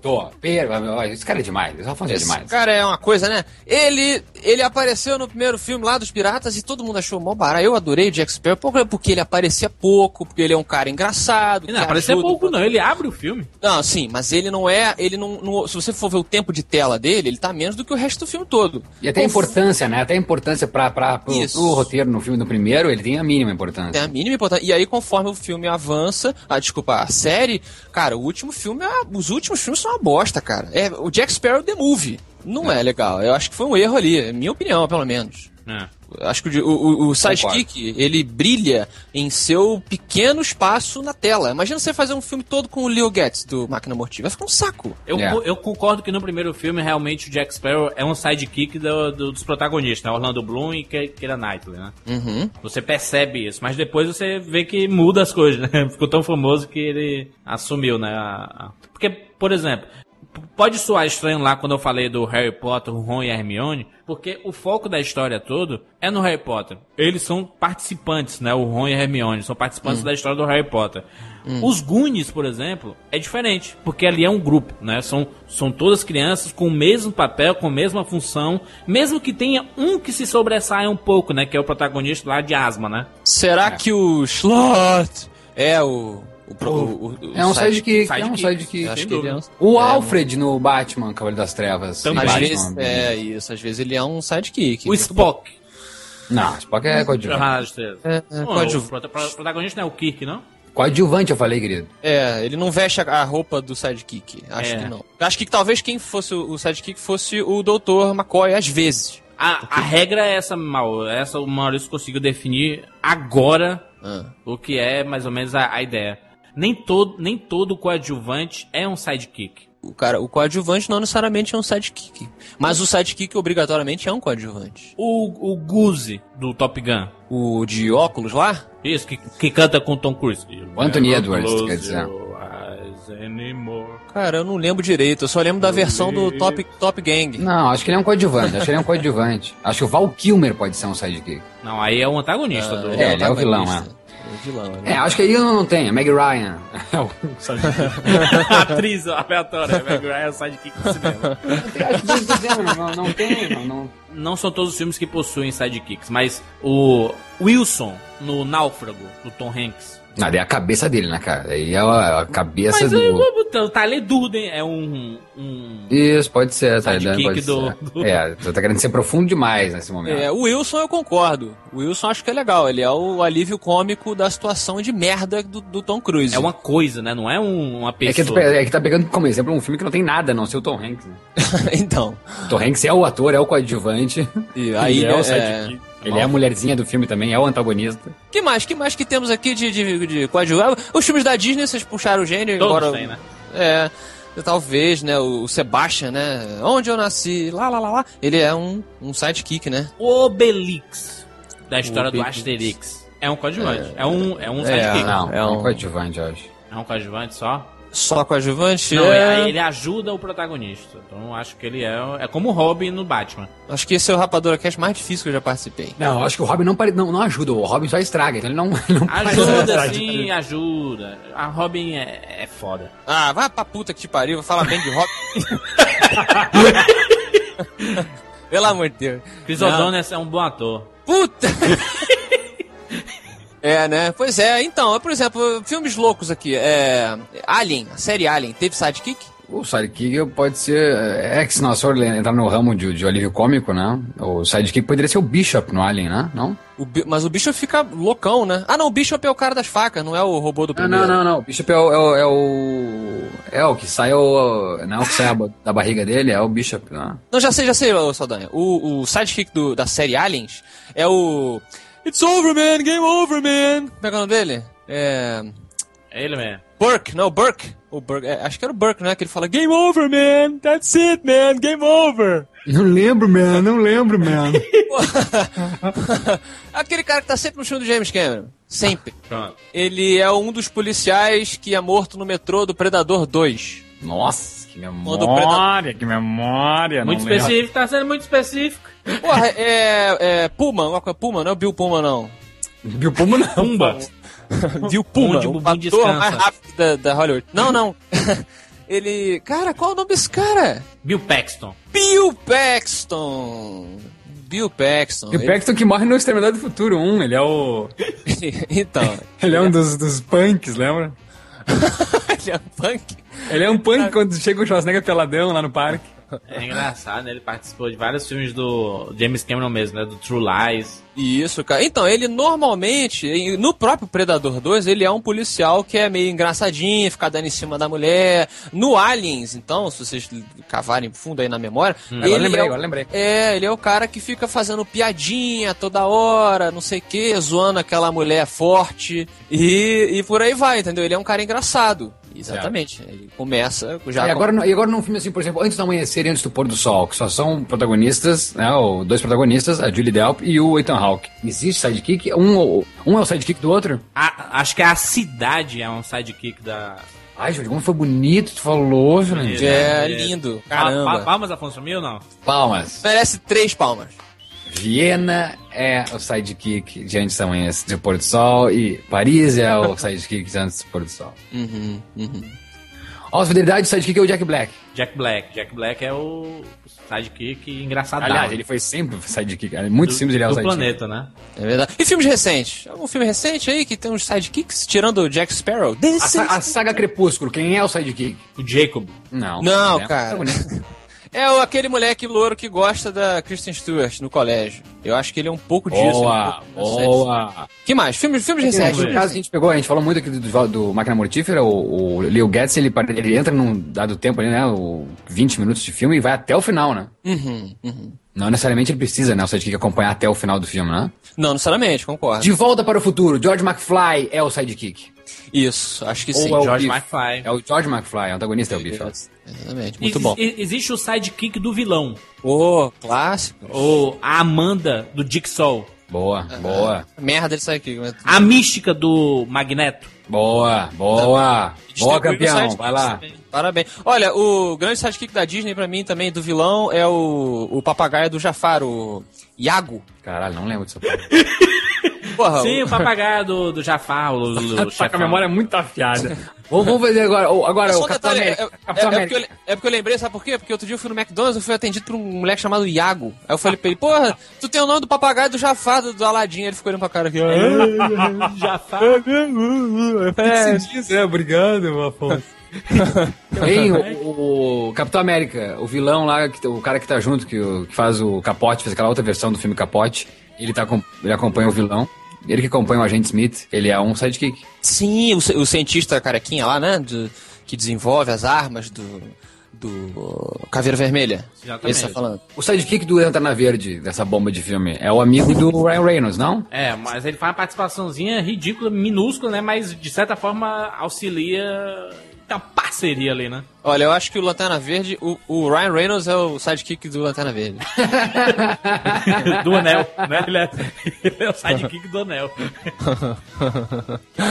Perfeito. Per... ó, Esse cara é demais, esse Alfonso é
Esse
demais.
cara é uma coisa, né? Ele, ele apareceu no primeiro filme lá dos Piratas e todo mundo achou mó barato. Eu adorei o Jack Sparrow porque- porque ele aparecia pouco, porque ele é um cara engraçado.
Não,
que
apareceu
ajuda o
pouco não, ele abre o filme.
Não, sim, mas ele não é. Ele não, não- Se você for ver o tempo de tela dele, ele tá menos do que o resto do filme todo.
E até a importância, né? Até a importância pra, pra, pro,
Isso.
pro roteiro no filme do primeiro, ele tem a mínima
Tem
importância.
a mínima importância. E aí, conforme o filme avança, ah, desculpa, a série, cara, o último filme, é uma- os últimos filmes são uma bosta, cara. É o Jack Sparrow The Movie. Não é legal. Eu acho que foi um erro ali, é minha opinião, pelo menos.
É.
Acho que o, o, o sidekick, ele brilha em seu pequeno espaço na tela. Imagina você fazer um filme todo com o Leo Getz do Máquina Mortiva. Vai ficar um saco.
Eu,
É.
co- eu concordo que no primeiro filme, realmente, o Jack Sparrow é um sidekick do- do- dos protagonistas, né? Orlando Bloom e Ke- Keira Knightley, né? Você percebe isso, mas depois você vê que muda as coisas, <laughs> né? Ficou tão famoso que ele assumiu, né? a- a- Porque, por exemplo, p- pode soar estranho lá quando eu falei do Harry Potter, o Ron e a Hermione, porque o foco da história todo é no Harry Potter. Eles são participantes, né? O Ron e a Hermione são participantes da história do Harry Potter. Os Goonies, por exemplo, é diferente, porque ali é um grupo, né? São, são todas crianças com o mesmo papel, com a mesma função, mesmo que tenha um que se sobressaia um pouco, né? Que é o protagonista lá de asma, né?
Será que o Slot é o. o, pro- o- o-
É um
o side-
sidekick, é um
sidekick.
sidekick.
Eu acho
sem
que ele é um-
dúvida.
O Alfred no Batman, Cavaleiro das Trevas.
Também.
E
Às
Batman,
vezes,
Batman.
é isso, às vezes ele é um sidekick.
O Spock.
Não, Spock é coadjuvante.
Ah, estrela.
É, é,
Não,
coadju-
o prota- pro- protagonista não é o Kirk, não?
Coadjuvante, eu falei, querido.
É, ele não veste a, a roupa do sidekick. Acho
É.
que não. Acho que talvez quem fosse o o sidekick fosse o Dr. McCoy, às vezes.
A, a regra é essa, Mal. Essa o Maurício conseguiu definir agora
Ah.
o que é mais ou menos a, a ideia. Nem todo, nem todo coadjuvante é um sidekick.
O cara, o coadjuvante não necessariamente é um sidekick. Mas o sidekick obrigatoriamente é um coadjuvante.
O, o Guzi do Top Gun.
O de óculos lá?
Isso, que, que canta com Tom Cruise.
O Anthony Edwards, quer dizer.
Your eyes anymore.
Cara, eu não lembro direito. Eu só lembro da versão do Top, Top Gang.
Não, acho que ele é um coadjuvante. acho que ele é um coadjuvante. Acho que o Val Kilmer pode ser um sidekick.
Não, aí é o antagonista do.
É, ele é o vilão,
antagonista. É o vilão, né?
É, acho que aí eu não tenho. Meg Ryan.
<laughs> atriz aleatória, Meg Ryan é o sidekick do cinema.
<laughs> acho que isso mesmo, não, não tem. Não, não.
Não são todos os filmes que possuem sidekicks, mas o Wilson no Náufrago, do Tom Hanks,
Ah, daí é a cabeça dele, né, cara? Aí é a a cabeça
Mas
do.
eu vou botar, tá ali Durden é um, um
Isso, pode ser, tá?
Sidekick
né, Pode
do-
ser.
do-
É, tu tá querendo ser profundo demais nesse momento.
É, o Wilson eu concordo. O Wilson acho que é legal. Ele é o alívio cômico da situação de merda do, do Tom Cruise.
é uma coisa, né? Não é um- uma
É que, tu,
pessoa.
pe- é que tá pegando como exemplo um filme que não tem nada, a não ser o Tom Hanks. Né?
<laughs> então.
O Tom Hanks é o ator, é o coadjuvante.
E aí,
ele é,
né,
o
é,
sidekick. Ele é a mulherzinha do filme também, é o antagonista.
Que mais? Que mais que temos aqui de, de, de coadjuvante? Os filmes da Disney, vocês puxaram o gênio.
Todos
embora-
têm, né?
É. Talvez, né? O Sebastian, né? Onde eu nasci, lá, lá, lá, lá. Ele é um, um sidekick, né?
O Obelix da história
Obelix.
do Asterix. É um coadjuvante. É, um, é um
É,
sidekick.
Não, é
É
um
um-
coadjuvante, eu acho.
É um coadjuvante só?
Só coadjuvante.
Não,
é...
ele, ele ajuda o protagonista. Então acho que ele é. É como o Robin no Batman.
Acho que esse é o Rapadura Cast mais difícil que eu já participei.
Não, eu acho que o Robin não, pare... não, não ajuda, o Robin só estraga, então ele não, <laughs> ele não
é
Ajuda,
né?
sim, ajuda. A Robin é, é foda.
Ah, vai pra puta que te pariu, vou falar bem de <laughs> rock. Pelo amor de Deus.
Chris
Não.
O'Donnell é um bom ator.
Puta! <laughs> é, né? Pois é, então, por exemplo, filmes loucos aqui. É. Alien, a série Alien, teve sidekick?
O sidekick pode ser. É que se nós for entrar no ramo de, de alívio cômico, né? O sidekick poderia ser o Bishop no Alien, né? Não?
O Bi- mas o bicho fica loucão, né? Ah, não, o bicho é o cara das facas, não é o robô do
Não,
primeiro.
não, não, não. O Bishop é o. É o, é o, é o que sai o. Não é o que sai a ba- da barriga dele, é o Bishop, né?
Não, já sei, já sei, ô, Saldanha. O, o sidekick do- da série Aliens é o. It's over, man, game over, man. Como é que é o nome dele? É.
É ele mesmo.
Burke, não, Burke. O Burke, é, acho que era o Burke, né? Que ele fala Game over, man. That's it, man. Game over.
Não lembro, man, não lembro, man.
Aquele cara que tá sempre no filme do James Cameron. Sempre.
Pronto.
Ele é um dos policiais que é morto no metrô do Predador 2.
Nossa, que
Quando o Predador.
memória, que memória.
Muito
não lembro.
específico, tá sendo muito específico.
<laughs> Porra, é. é Puma, uma coisa- Puma, não é o Bill Puma, não.
Viu como não?
Um
Pumba.
Bill Puma,
Onde o
o
Bubum
ator
descansa.
mais rápido da, da Hollywood. Não, não. <laughs> ele. Cara, qual é o nome desse cara?
Bill Paxton.
Bill Paxton. Bill Paxton.
E o Paxton que morre no Exterminador do Futuro 1, ele é o.
Ele- <laughs> então,
Ele é um dos, dos punks, lembra?
ele é punk.
Ele é um punk quando chega o Schwarzenegger peladão lá no parque.
<laughs>
É engraçado, né? Ele participou de vários filmes do James Cameron mesmo, né? Do True Lies.
Isso, cara. Então, ele normalmente, em- no próprio Predador 2, ele é um policial que é meio engraçadinho, fica dando em cima da mulher. No Aliens, então, se vocês cavarem fundo aí na memória. ele
Hum, agora lembrei,
é o-
agora lembrei.
É, ele é o cara que fica fazendo piadinha toda hora, não sei o que, zoando aquela mulher forte. E, e por aí vai, entendeu? Ele é um cara engraçado. Exatamente. Ele começa já.
E É, agora, e agora num filme assim, por exemplo, antes do amanhecer e antes do pôr do sol, que só são protagonistas, né, ou dois protagonistas, a Julie Delp e o Ethan Hawke. Existe sidekick? Um, ou- um é o sidekick do outro?
A- acho que a cidade é um sidekick da.
Ai, Júlio, como foi bonito, tu falou, Jurandir.
É lindo.
Pa- pa-
Caramba.
Palmas Afonso Mil, não?
Palmas.
Merece três palmas.
Viena é o sidekick de antes do amanhecer do pôr do sol e Paris é o sidekick de antes do pôr do sol.
Uhum, uhum.
Ó, fidelidade, o sidekick é o Jack Black.
Jack Black. Jack Black é o sidekick engraçadão.
Aliás, ele foi sempre o sidekick. Em muitos filmes ele é o
do
sidekick.
planeta, né?
É verdade. E filmes recentes? Algum filme recente aí que tem uns sidekicks tirando o Jack Sparrow?
A,
This
sa- a
is-
saga Crepúsculo, quem é o sidekick?
O Jacob.
Não.
Não,
né?
cara. É o- aquele moleque louro que gosta da Kristen Stewart no colégio. Eu acho que ele é um pouco disso.
Boa,
ele é um pouco
boa.
recente. Que mais? Filmes, filmes
Esse
recentes.
caso que a gente pegou, a gente falou muito aqui do, do, do Máquina Mortífera, o, o Leo Getz, ele, pare- ele entra num dado tempo ali, né, o 20 minutos de filme e vai até o final, né?
Uhum, uhum.
Não necessariamente ele precisa, né, o sidekick acompanhar até o final do filme, né?
Não, necessariamente, concordo.
De Volta para o Futuro, George McFly é o sidekick.
Isso, acho que sim.
Ou é o
George
Biff.
McFly.
É o George McFly, o antagonista é o Biff. ó.
Exatamente, muito
Ex-
bom.
e- existe o sidekick do vilão.
Ô, clássico.
Ou a Amanda do Dick Sol.
Boa, boa,
Merda ele sai aqui. mas-
A mística do Magneto.
boa, boa. Boa,
Distribuiu
campeão,
sidekicks
vai lá.
também. Parabéns. Olha, o grande sidekick da Disney pra mim também, do vilão, é o, o papagaio do Jafar, o Iago.
Caralho, não lembro disso.
Porra,
Sim, o papagaio do, do Jafar, o, o, o
Tá com a
chefão.
memória muito afiada. Vamos vamos fazer agora. o- Agora,
Só
o
um
Capitão
detalhe, é,
América. Capitão
é- é porque eu,
América.
le- é porque eu lembrei, sabe por quê? Porque outro dia eu fui no McDonald's e fui atendido por um moleque chamado Iago. Aí eu falei pra ele, porra, tu tem o nome do papagaio do Jafar, do, do Aladim. Ele ficou olhando pra cara aqui.
Jafar.
É,
Tem o, o Capitão América, o vilão lá, que- o cara que tá junto, que, o- que faz o Capote, fez aquela outra versão do filme Capote. Ele, tá, com- ele acompanha o vilão. Ele que acompanha o Agente Smith, ele é um sidekick.
Sim, o, ci- o cientista carequinha lá, né? do- que desenvolve as armas do. do. Caveira Vermelha.
Exatamente.
Esse tá falando.
O sidekick do Lanterna Verde, dessa bomba de filme, é o amigo do Ryan Reynolds, não?
É, mas ele faz uma participaçãozinha ridícula, minúscula, né? Mas de certa forma auxilia da parceria ali, né?
Olha, eu acho que o Lanterna Verde, o, o Ryan Reynolds é o sidekick do Lanterna Verde.
<laughs>
<laughs>
Do anel, né? Ele é, ele é o sidekick do anel.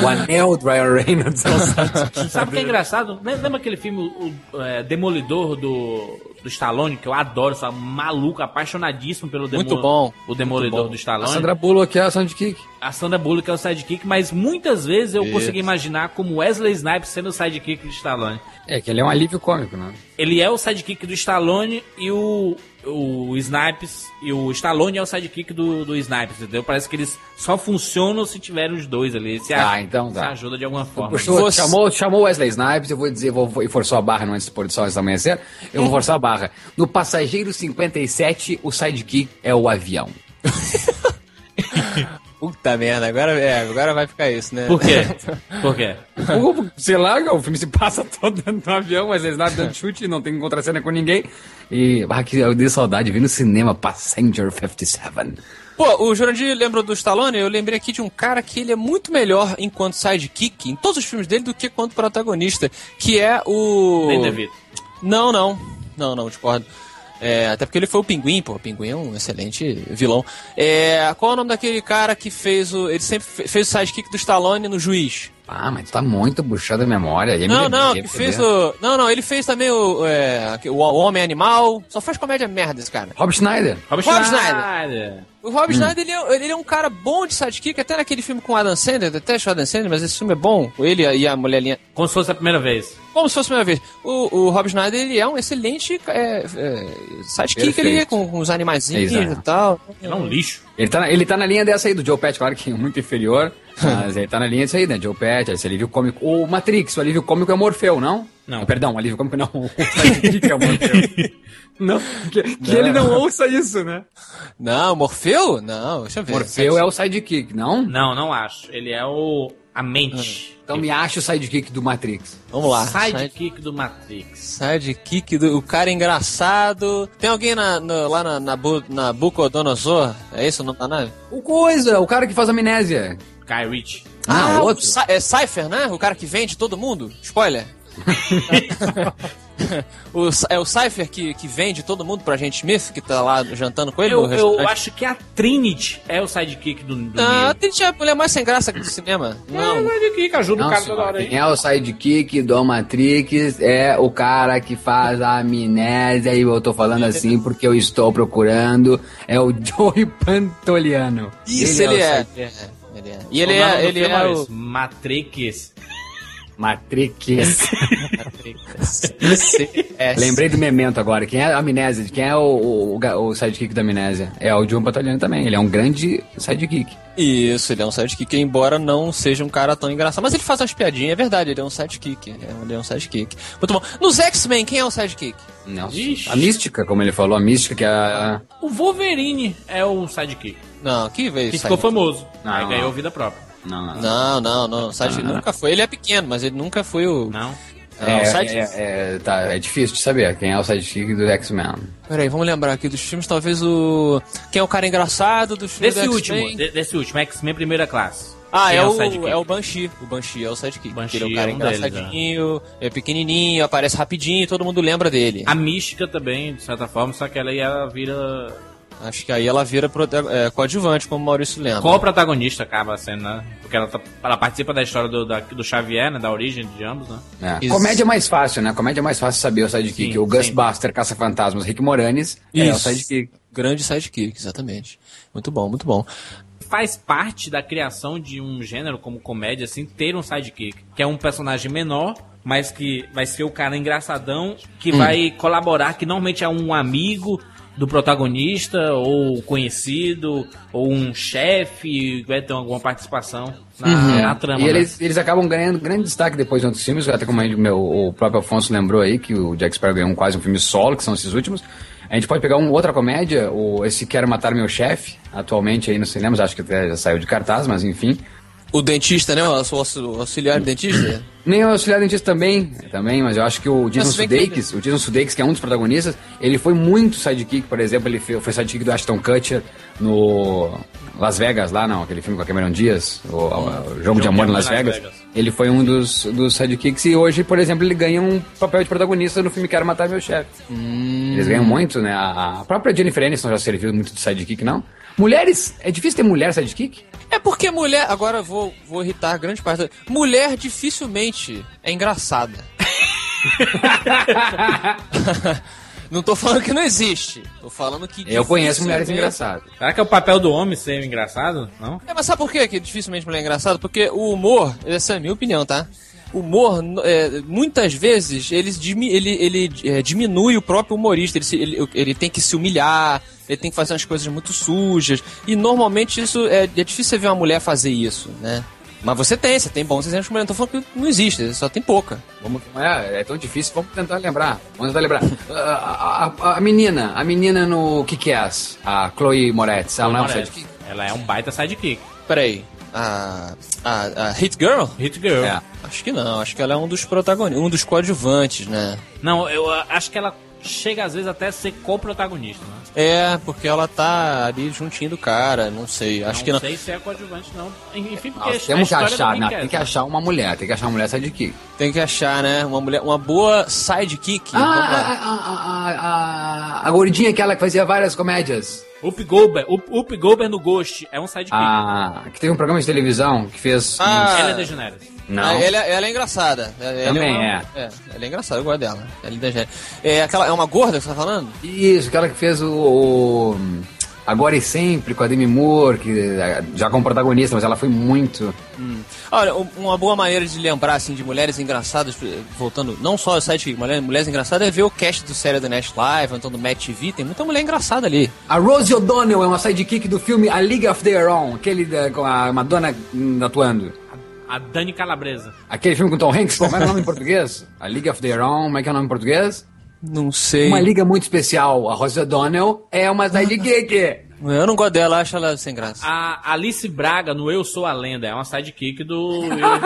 O anel do Ryan Reynolds. é o sidekick.
<laughs> Sabe o que é engraçado? Lem- Lembra aquele filme o, o, é, Demolidor do, do Stallone, que eu adoro, sou maluco, apaixonadíssimo pelo Demolidor.
Muito bom.
O Demolidor do
a
Stallone.
Sandra Bullock é o sidekick.
A Sandra Bullock é o sidekick, mas muitas vezes eu consegui imaginar como Wesley Snipes sendo o sidekick do Stallone.
É, que ele é um alívio cômico, né?
Ele é o sidekick do Stallone e o, o Snipes. E o Stallone é o sidekick do, do Snipes, entendeu? Parece que eles só funcionam se tiverem os dois ali. eles Se,
Tá,
aj-
então tá.
se ajuda de alguma forma.
Puxou,
Você-
chamou, chamou Wesley Snipes, eu vou dizer, vou, vou e forçou a barra no antes do pôr do sol antes do amanhecer, eu vou forçar a barra. No Passageiro 57, o sidekick é o avião.
Puta merda, agora, é, agora vai ficar isso, né?
Por
<laughs>
quê? Por quê?
O- Sei lá, o filme se passa <laughs> todo dentro do avião, Wesley Snipes dando chute, não tem contracena com ninguém. E, ah, que eu dei saudade, vi no cinema Passenger 57.
Pô, o Jurandir lembrou do Stallone, eu lembrei aqui de um cara que ele é muito melhor enquanto sidekick em todos os filmes dele do que quanto protagonista, que é o...
Nem devido.
Não, não. Não, não, discordo. É, até porque ele foi o Pinguim, pô. O Pinguim é um excelente vilão. É, qual é o nome daquele cara que fez o... Ele sempre fe- fez o sidekick do Stallone no Juiz.
Ah, mas tu tá muito buchado a memória. E
Não,
MDB,
não, que
MDB.
fez o... Não, não, ele fez também o... é, o Homem Animal. Só faz comédia merda esse cara.
Rob Schneider.
Rob
Rob
Schneider.
O
Hum.
Rob Schneider, ele é, ele é um cara bom de sidekick, até naquele filme com o Adam Sandler, eu detesto o Adam Sandler, mas esse filme é bom, ele e a mulher linha.
Como se fosse a primeira vez.
Como se fosse a primeira vez. O, o Rob Schneider, ele é um excelente é, é, sidekick,
Perfeito.
ele é com, com os animaizinhos
Exato.
e tal.
Ele é um lixo.
Ele tá, na, ele tá na linha dessa aí do Joe Pet, claro que é
<laughs>
muito inferior, mas ele tá na linha disso aí, né? Joe Pet, esse alívio cômico. O Matrix, o alívio cômico é Morfeu, não?
Não.
perdão, o alívio cômico não. <laughs> O sidekick é Morfeu.
<laughs> Não, que, que ele não ouça isso, né?
Não, Morfeu? Não, deixa eu ver.
Morfeu é o sidekick, não?
Não, não acho. Ele é o. a mente.
Então me acha o sidekick do Matrix.
Vamos lá. Side-
Sidekick do Matrix.
Sidekick, do, o cara é engraçado. Tem alguém na- na- lá na, na, Bu- na Bucodonosor? É isso o nome da nave?
O Coisa, o cara que faz amnésia.
Guy Ritchie.
Ah,
o
outro.
Cy- é Cypher, né? O cara que vende todo mundo? <laughs> Spoiler. O Cy- é o Cypher que, que vende todo mundo pra gente Smith, que tá lá jantando com ele no
Eu, eu
restaurante. Uhum.
acho que a Trinity é o sidekick do, do
Não,
Neo.
tem a mulher mais sem graça do cinema.
É
Ah. Não.
o sidekick, ajuda o
Não,
cara
senhora,
toda hora aí.
quem é o sidekick do Matrix é o cara que faz a amnésia e eu tô falando assim porque eu estou procurando. É o <laughs> Joey Pantoliano.
Isso ele, é. É, ele é. E ele
O nome do
é, ele
filme
é o... <laughs>
esse, Matrix.
Matrix.
É,
Lembrei do Memento agora. Quem é a amnésia? Quem é o, o, o ga- o sidekick da amnésia? É o Joey Pantoliano também. Ele é um grande sidekick.
Isso, ele é um sidekick, embora não seja um cara tão engraçado. Mas ele faz umas piadinhas, é verdade, ele é um sidekick. é, Ele é um sidekick. Muito bom. Nos X-Men, quem é o sidekick?
Nossa.
Ixi.
A mística, como ele falou, a mística que é a.
O Wolverine é o sidekick.
Não, que veio
Que ficou famoso.
Não,
aí
não.
ganhou vida própria.
Não, não.
Não, não, não. O Sage nunca foi. Ele é pequeno, mas ele nunca foi o.
Ah. Não.
Não,
É,
o Sage-
é- é- tá, é difícil de saber quem é o sidekick do X-Men.
Peraí, vamos lembrar aqui dos filmes, talvez o. Quem é o cara engraçado dos filmes
Desse
do
último,
X-Men?
de- desse último, X-Men Primeira Classe.
Ah,
Quem
é o,
sidekick?
é o Banshee. O Banshee é o sidekick.
Banshee
ele é o cara
é um deles,
engraçadinho, é pequenininho, aparece rapidinho, todo mundo lembra dele.
A mística também, de certa forma, só que ela ia vira.
Acho que aí ela vira prote- é, coadjuvante, como o Maurício lembra.
Ah. Qual protagonista acaba sendo, né? Porque ela, tá- ela participa da história do, da- do Xavier, né? Da origem de ambos, né?
É.
Isso.
Comédia é mais fácil, né? Comédia é mais fácil saber o sidekick.
Sim,
o Gus
sim.
Buster, Caça Fantasmas, Rick Moranis é o
Isso.
sidekick.
Grande sidekick, exatamente. Muito bom, muito bom.
faz parte da criação de um gênero como comédia, assim, ter um sidekick, que é um personagem menor, mas que vai ser o cara engraçadão,
Hum.
que vai colaborar, que normalmente é um amigo do protagonista, ou um conhecido, ou um chefe, vai ter alguma participação na, na trama.
É. Uhum. E
né?
eles, eles acabam ganhando grande destaque depois de outros filmes, até como a gente- meu, o próprio Afonso lembrou aí, que o Jack Sparrow ganhou um- quase um filme solo, que são esses últimos. A gente pode pegar um, outra comédia, o, esse Quero Matar Meu Chefe, atualmente aí nos cinemas, acho que até já saiu de cartaz, mas enfim.
O dentista, né? O aux- o auxiliar de dentista.
Nem o Auxiliar Dentista também, também, mas eu acho que o Jason
se bem que
Sudeikis, o Jason Sudeikis, que é um dos protagonistas, ele foi muito sidekick, por exemplo, ele foi, foi sidekick do Ashton Kutcher no Las Vegas, lá não, aquele filme com a Cameron Diaz, o, o- o Jogo, de Amor em Las Vegas. Ele foi um dos, dos sidekicks e hoje, por exemplo, ele ganha um papel de protagonista no filme Quero Matar Meu Chefe. Eles ganham muito, né? A a própria Jennifer Aniston já serviu muito de sidekick, não? Mulheres, é difícil ter mulher sidekick?
É porque mulher. Agora eu vou, vou irritar grande parte. da- Mulher dificilmente
<laughs>
é engraçada. <laughs> não tô falando que não existe. Tô falando que.
Eu conheço
dificilmente-
mulheres engraçadas.
Será que é o papel do homem ser engraçado? Não?
É, mas sabe por quê que dificilmente mulher é engraçada? Porque o humor, essa é a minha opinião, tá? O humor, no- é, muitas vezes, ele, dimi- ele, ele, é, diminui o próprio humorista. Ele, se- ele- ele tem que se humilhar, ele tem que fazer umas coisas muito sujas. E normalmente isso é, é difícil você ver uma mulher fazer isso, né? Mas você tem, você tem bons exemplos de mulher. Não tô falando que não existe, só tem pouca.
Vamos, é, é tão difícil, vamos tentar lembrar. Vamos tentar <laughs> lembrar. Ah, a, a- a menina, a menina no que que é as? A Chloe Moretz, ela não é um sidekick?
Ela é um baita sidekick.
Peraí, a, a, a Hit Girl?
Hit Girl.
É.
Acho que não, acho que ela é um dos protagonistas, um dos coadjuvantes, né?
Não, eu ah, acho que ela chega às vezes até a ser co-protagonista, né?
É, porque ela tá ali juntinho do cara, não sei, acho que não.
sei se é coadjuvante, não. Enfim, porque
Nós temos que achar, não, tem que achar uma mulher, tem que achar uma mulher sidekick.
Tem que achar, né? Uma mulher, uma boa sidekick.
Ah,
Vamos lá.
a, a, a, a gordinha aquela que fazia várias comédias.
Up Gober, Up, Up Goldberg no Ghost é um sidekick.
Ah, que teve um programa de televisão que fez...
Ah,
Ela é DeGeneres.
não.
Ela, ela é engraçada. Ela- ela
Também
uma-
é.
Ela é engraçada, eu gosto dela. Ela é degênere. é aquela É uma gorda que você tá falando?
Isso, aquela que fez o, o Agora e Sempre com a Demi Moore, que eh, já como protagonista, mas ela foi muito...
Olha, um- uma boa maneira de lembrar, assim, de mulheres engraçadas, eh, voltando, não só o site mulheres, mulheres engraçadas, é ver o cast do Série do Nest Live, ou então do Match TV, tem muita mulher engraçada ali.
A Rosie O'Donnell é uma sidekick do filme A League of Their Own, aquele da, com a Madonna hum, atuando.
A Dani Calabresa.
Aquele filme com Tom Hanks, como é o nome em português? A League of Their Own, como é que é o nome em português?
Não sei.
Uma liga muito especial. A Rosie O'Donnell é uma sidekick.
Eu não gosto dela, acho ela sem graça.
A Alice Braga no Eu Sou a Lenda é uma sidekick
<laughs>
do,
Ela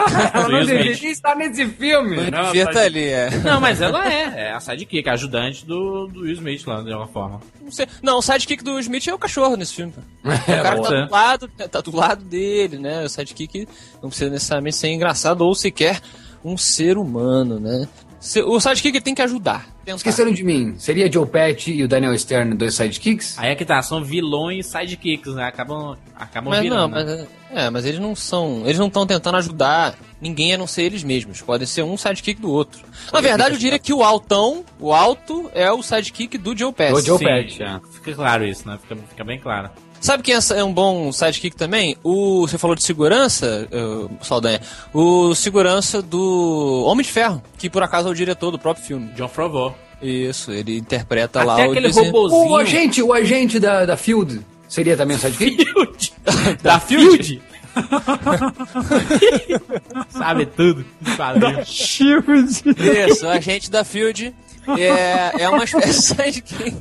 do
não
Will
deveria
Smith.
estar nesse filme.
não,
Devia
mas-
tá ali, é.
Não, mas ela é. É a sidekick, a ajudante do, do Will Smith lá, de alguma forma.
Não, sei. Não, o sidekick do Smith é o cachorro nesse filme. cara. <laughs> o cara
pode
tá
ser.
do, lado, tá do lado dele, né? O sidekick não precisa necessariamente ser engraçado ou sequer um ser humano, né? Se- O sidekick tem que ajudar. tentar.
Esqueceram de mim. Seria Joe Pesci e o Daniel Stern dois sidekicks?
Aí é que tá, são vilões sidekicks, né? Acabam, acabam
Mas não,
virando. né?
mas, é, mas eles não são. Eles não estão tentando ajudar ninguém a não ser eles mesmos. Podem ser um sidekick do outro. Na verdade, eu diria que o altão, o alto, é o sidekick do Joe Pesci.
Do Joe
Sim,
Pesci. é.
Fica claro isso, né? Fica, fica bem claro.
Sabe quem é é um bom sidekick também? O, você falou de segurança, uh, Saldanha. O segurança do Homem de Ferro, que por acaso é o diretor do próprio filme.
John Favreau.
Isso, ele interpreta lá
Até
o
aquele
desen-
robôzinho.
O agente, o agente da, da Field seria também um
<laughs>
sidekick?
da Field. <laughs> Sabe tudo. Sabe.
Isso, o agente da Field. É, é uma espécie de sidekick.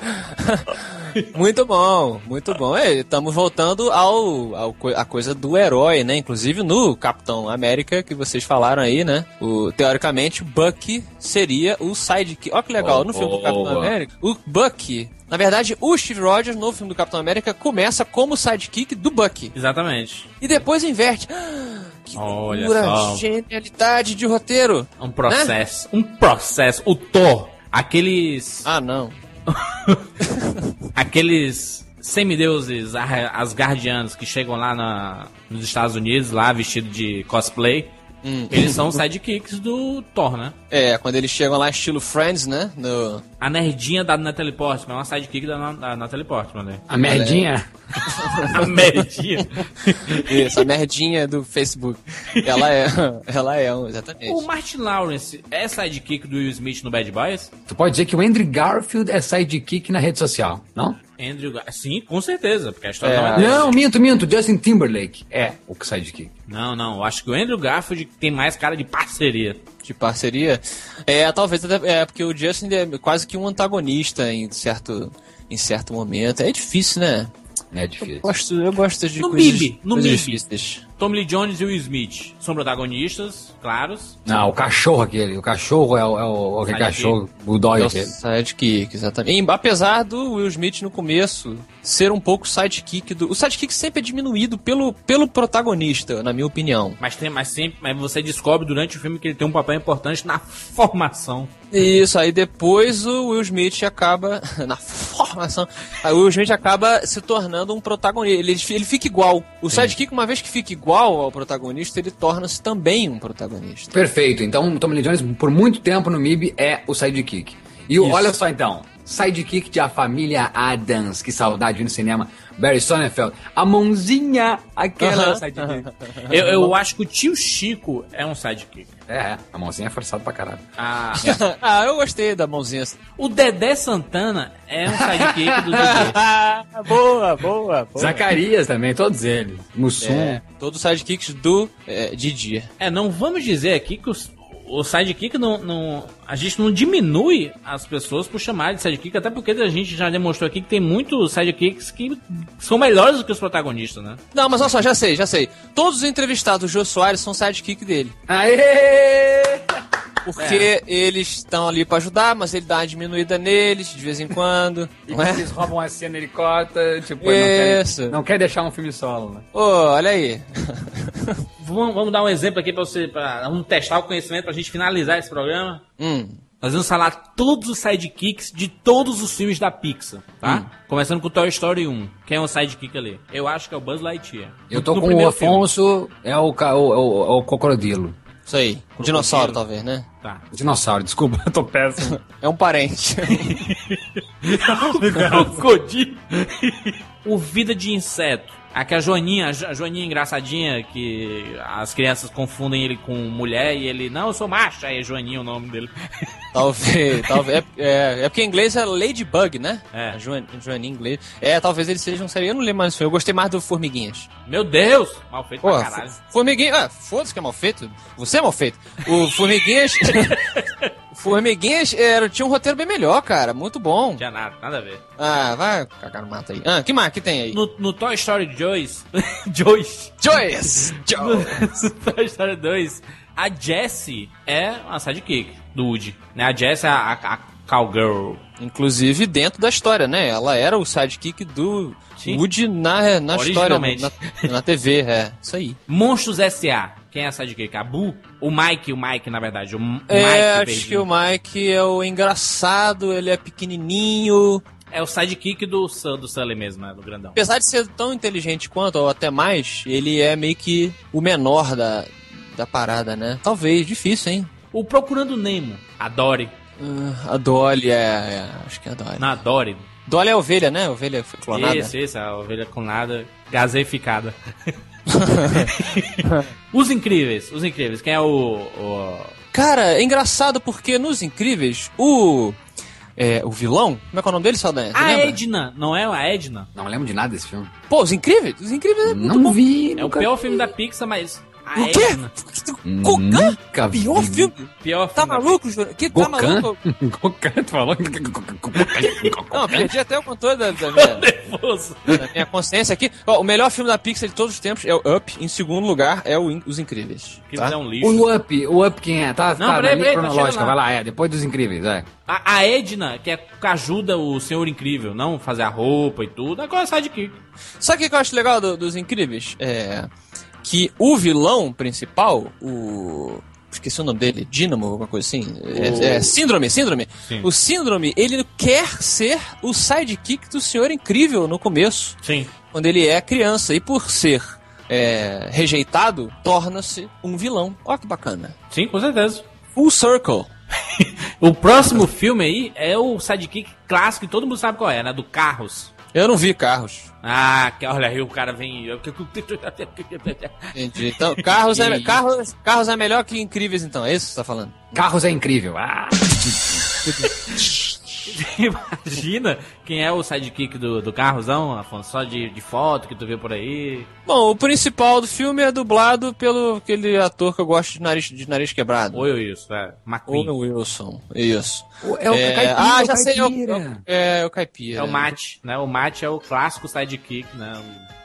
<laughs> muito bom, muito bom. É, Estamos voltando ao, ao co- a coisa do herói, né? Inclusive no Capitão América que vocês falaram aí, né? O, teoricamente, o Bucky seria o sidekick. Olha que legal, no filme do Capitão América, o Bucky. Na verdade, o Steve Rogers, no filme do Capitão América, começa como sidekick do Bucky.
Exatamente.
E depois inverte. Ah, Que
Olha
pura
só.
genialidade de roteiro. Né?
Um processo. Um processo. O Thor. Aqueles.
Ah, não.
Aqueles semideuses ar- asgardianos que chegam lá na- nos Estados Unidos, lá vestido de cosplay. Eles são os sidekicks do Thor, né?
É, quando eles chegam lá, estilo Friends, né? No...
A nerdinha da Natalie Portman é uma sidekick da, Na- da Natalie Portman, né?
A merdinha.
<laughs> A merdinha.
Isso, a merdinha do Facebook. Ela é, <laughs> ela é, um- exatamente.
o Martin Lawrence é sidekick do Will Smith no Bad Boys?
Tu pode dizer que o Andrew Garfield é sidekick na rede social, não?
Andrew Gar- Sim, com certeza, porque a história
É.
não é dele.
Não, minto, minto. Justin Timberlake é o que sidekick.
Não, não, eu acho que o Andrew Garfield tem mais cara de parceria.
De parceria. É, talvez até. É, porque o Justin é quase que um antagonista em certo, em certo momento. É difícil, né?
É
Eu
difícil.
gosto, eu gosto de
No
coisas,
MIB, no
coisas
MIB.
difíceis.
Tom Lee Jones e Will Smith são protagonistas, claros.
Não, o cachorro aquele. O cachorro é o, é o, aquele
Sidekick.
cachorro, o dói
É o
aquele.
sidekick, exatamente. E, apesar do Will Smith no começo ser um pouco sidekick do. O sidekick sempre é diminuído pelo, pelo protagonista, na minha opinião.
Mas, tem, mas, sempre, mas você descobre durante o filme que ele tem um papel importante na <laughs> formação.
Isso, aí depois o Will Smith acaba. <laughs> Na formação. Aí o Will Smith acaba se tornando um protagonista. Ele, ele fica igual. O sidekick, uma vez que fica igual ao protagonista, ele torna-se também um protagonista.
Perfeito. Então, o Tommy Lee Jones, por muito tempo no MIB, é o sidekick. E o- olha só então, sidekick de A Família Adams. Que saudade no cinema. Barry Sonnenfeld. A mãozinha, aquela é o sidekick.
Eu, eu acho que o tio Chico é um sidekick.
É, a mãozinha é forçada pra caralho.
Ah,
<laughs> ah, eu gostei da mãozinha. assim.
o Dedé Santana é um sidekick do Dedé.
<laughs> boa, boa,
Zacarias também, todos eles. Mussum.
É, todos os sidekicks do é, Didi.
É, não vamos dizer aqui que os, o sidekick não, não. A gente não diminui as pessoas por chamar de sidekick, até porque a gente já demonstrou aqui que tem muitos sidekicks que são melhores do que os protagonistas, né?
Não, mas olha só, já sei, já sei. Todos os entrevistados do Jô Soares são sidekick dele.
Aê!
Porque eles estão ali pra ajudar, mas ele dá uma diminuída neles de vez em quando. não é?
Eles roubam a cena, ele corta, tipo,
Isso.
não, quer, não quer deixar um filme solo, né?
Ô, olha aí. <laughs>
Vamos, vamos dar um exemplo aqui pra você. Pra, vamos testar o conhecimento pra gente finalizar esse programa.
Hum,
Nós vamos falar todos os sidekicks de todos os filmes da Pixar, tá?
Hum.
Começando com Toy Story 1. Quem é o sidekick ali? Eu acho que é o Buzz Lightyear.
Eu tô
No
com o
primeiro filme.
Afonso, é o, ca- o, o, o Cocodrilo.
isso aí. Um dinossauro, talvez, né?
Tá.
Dinossauro, desculpa, eu tô péssimo.
É um parente.
<laughs> Crocodilo. o Vida de Inseto. Aqui a Joaninha, a Jo- a Joaninha engraçadinha, que as crianças confundem ele com mulher e ele, não, eu sou macho, aí é Joaninha o nome dele. <laughs>
talvez, talvez. É, é, é porque em inglês é Ladybug, né?
É.
A Joan, Joaninha em inglês. É, talvez eles sejam sério. Eu não lembro mais isso. Eu gostei mais do Formiguinhas.
Meu Deus! Mal feito
Pô,
pra caralho.
fo- formiguinha. Ah, foda-se que é mal feito. Você é mal feito. O Formiguinhas.
<laughs>
O formiguinhas era, tinha um roteiro bem melhor, cara. Muito bom.
Tinha nada, nada a ver.
Ah, vai cagar no mato aí. Ah, que mais que tem aí?
No, no Toy Story <laughs> 2, Joyce,
Joyce!
<laughs> no,
Joyce!
no Toy Story 2, a Jessie é uma sidekick do Woody. Né? A Jessie é a, a, a cowgirl.
Inclusive dentro da história, né? Ela era o sidekick do
Sim.
Woody na, na história,
Originalmente.
na, na TV, é. Isso aí.
Monstros S.A. Quem é a sidekick? A Boo? O Mike, o Mike, na verdade. O M- Mike
É, acho
Beijinho.
que o Mike é o engraçado, ele é pequenininho.
É o sidekick do, Su- do Sully mesmo, né? Do grandão.
Apesar de ser tão inteligente quanto, ou até mais, ele é meio que o menor da, da parada, né? Talvez, difícil, hein?
O Procurando Nemo. A Dory.
Ah, a Dolly é, é, Acho que é a Dolly.
Na Dory.
Dolly é a ovelha, né? A ovelha foi clonada.
Isso, isso. A ovelha com nada.
<laughs>
Gaseificada. Os Incríveis. Os Incríveis. Quem é o... o-
Cara, é engraçado porque nos Incríveis, o. É, o vilão? Como é que é o nome dele, Saldanha? Você
A
lembra?
Edna. Não é a Edna?
Não lembro de nada desse filme.
Pô, os Incríveis? Os Incríveis é muito
Não
bom.
vi,
É o
nunca
pior filme da Pixar, mas... A
O quê?
Edna.
é.
Gokan?
Nunca vi.
Pior filme?
Pior
Tá
filme da
maluco, Júnior? Que tá
Hum. Gokan? <laughs>
maluco?
Gokan, tu falou?
Não, é perdi até o controle da, da minha.
Pixar. <laughs>
da minha consciência aqui. Ó, o melhor filme da Pixar de todos os tempos é o Up. Em segundo lugar é o In- Os Incríveis.
Que
tá?
é um lixo.
o Up, o Up quem é? Tá,
Não,
tá
peraí,
na linha
peraí, não
cronológica,
chega lá.
vai lá, é, depois dos incríveis, é.
A, a Edna, que é que ajuda o Senhor Incrível, não fazer a roupa e tudo, agora é sidekick.
Sabe o que que eu acho legal do- dos Incríveis? É que o vilão principal, o... Esqueci o nome dele, Dynamo, alguma coisa assim. É, é, síndrome, síndrome.
Sim.
O síndrome, ele quer ser o sidekick do Senhor Incrível no começo.
Sim.
quando ele é criança. E por ser é, rejeitado, torna-se um vilão. Olha que bacana.
Sim, com certeza.
Full Circle.
<laughs> O próximo filme aí é o sidekick clássico que todo mundo sabe qual é, né? Do Carros.
Eu não vi carros.
Ah, que- olha aí, o cara vem.
Entendi. Então, carros é, carros, carros é melhor que incríveis, então. É isso que você tá falando?
Carros é incrível. Ah,
<laughs> Imagina quem é o sidekick do, do Carrosão, Afonso, só de, de foto que tu vê por aí.
Bom, o principal do filme é dublado pelo aquele ator que eu gosto de nariz, de nariz quebrado.
Ou eu isso, é. McQueen.
Owen Wilson. Isso.
é o caipira,
ah,
o
já sei. É o,
caipira.
é o- é o Caipira.
É o Mate, né? O Mate é o clássico sidekick, né?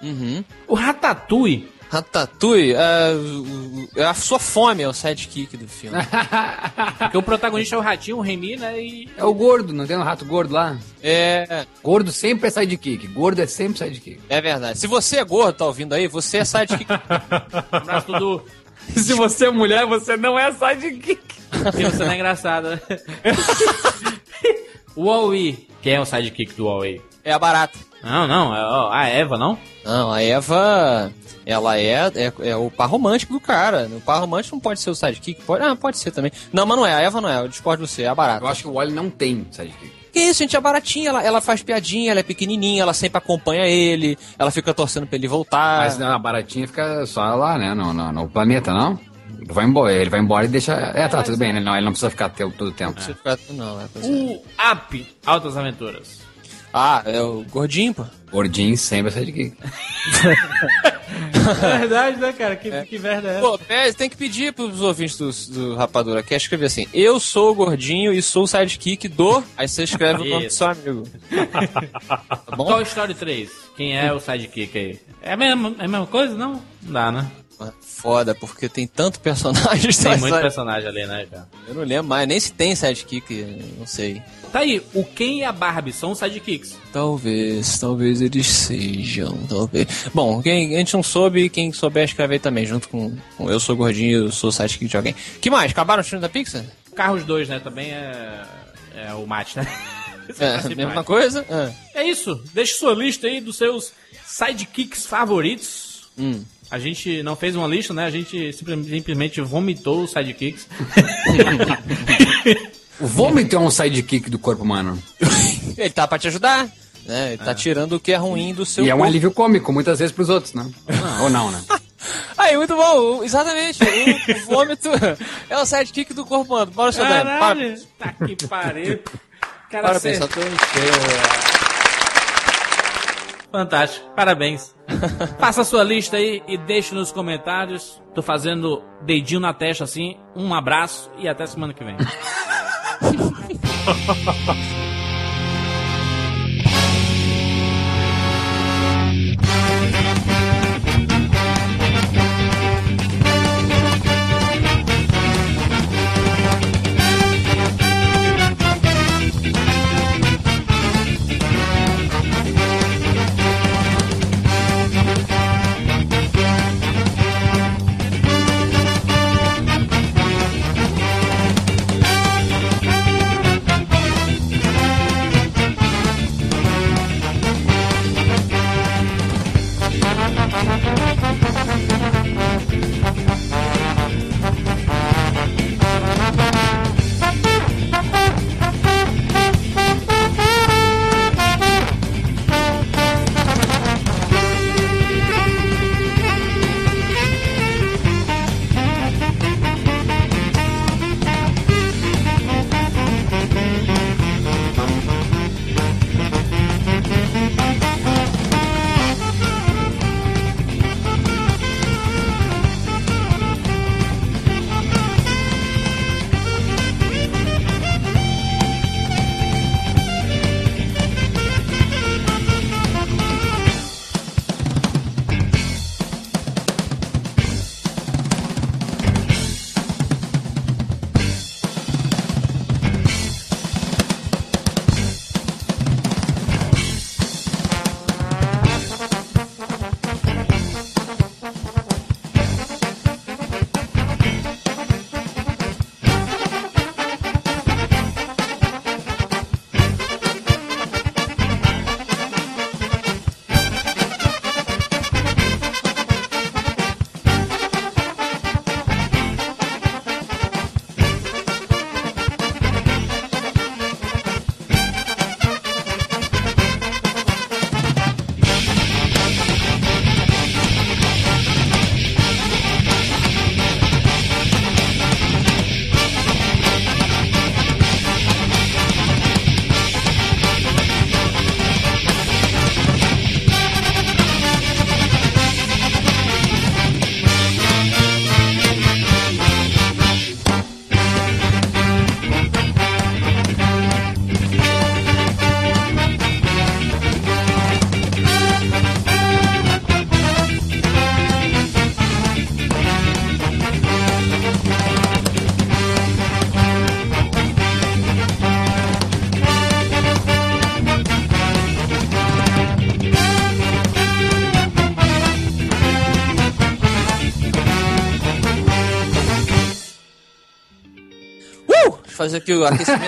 Uhum.
O Ratatouille,
Ratatouille, é, o- o- a sua fome é o sidekick do filme.
porque o protagonista é o Ratinho, o Remy, né? E
<laughs> é o gordo, não tem um rato gordo lá?
é,
Gordo sempre é sidekick. Gordo é sempre sidekick.
é verdade. Se você é gordo, tá ouvindo aí, você é <laughs> sidekick.
um abraço do...
Se você é mulher, você não é sidekick.
Porque você não é engraçado, né? o Huawei. Quem é o sidekick do Huawei?
é a barata.
Não, não, é ó, a Eva, não?
Não, a Eva, ela é, é, é o par romântico do cara. O par romântico não pode ser o sidekick? Pode, ah, pode ser também. Não, mas não é. A Eva não é. Eu discordo de você. É a barata.
Eu acho que o Wally não tem sidekick.
Que isso, gente, é baratinha, ela, ela faz piadinha, ela é pequenininha, ela sempre acompanha ele, ela fica torcendo pra ele voltar.
Mas não, a baratinha fica só lá, né? No, no, no planeta, não? Ele vai embora, ele vai embora e deixa. É, tá, tudo bem, né? Não, ele não precisa ficar teu- todo o tempo.
Você fica- não, é coisa-
O Up, Altas Aventuras.
Ah, é o gordinho, pô.
Gordinho sempre é sidekick.
É verdade, né, cara? Que, que merda é
Pô, pede- tem que pedir pros ouvintes do, do Rapadura Cast escrever assim: Eu sou o gordinho e sou o sidekick do. Aí você escreve o nome do seu amigo. Tá bom?
Toy Story 3, quem é o sidekick aí? É a mesma, é a mesma coisa, não? Não dá, né?
Foda, porque tem tanto personagem. <laughs>
Tem
tá,
muito
sabe?
personagem ali, né, cara?
Eu não lembro mais, nem se tem sidekick, não sei.
Tá aí, o Ken e a Barbie são sidekicks.
Talvez, talvez eles sejam, talvez. Bom, quem a gente não soube, quem souber escreve aí também, junto com, com Eu Sou Gordinho, Eu Sou Sidekick de Alguém. que mais? Acabaram os filmes da Pixar?
Carros 2, né? Também é, é o Mate, né? <laughs> Isso
É,
fácil
mesma
demais.
coisa? É.
É isso. Deixe sua lista aí dos seus sidekicks favoritos.
Hum.
A gente não fez uma lista, né? A gente simplem- simplesmente vomitou os sidekicks.
O vômito é um sidekick do corpo humano.
Ele tá pra te ajudar, né? Ele tá tirando o que é ruim do seu
E é um
corpo.
alívio cômico, muitas vezes pros outros,
<laughs>
né? Ou não, né?
Aí, muito bom, o- exatamente. O, o vômito é o sidekick do corpo humano. Bora, seu Dani. Para,
Caralho, tá que pariu. Cara,
para
você- é
pensar tudo.
Fantástico,
<laughs>
parabéns. Faça a sua lista aí e deixe nos comentários. Tô fazendo dedinho na testa assim. Um abraço e até semana que vem.
Uh! fazer aqui o aquecimento.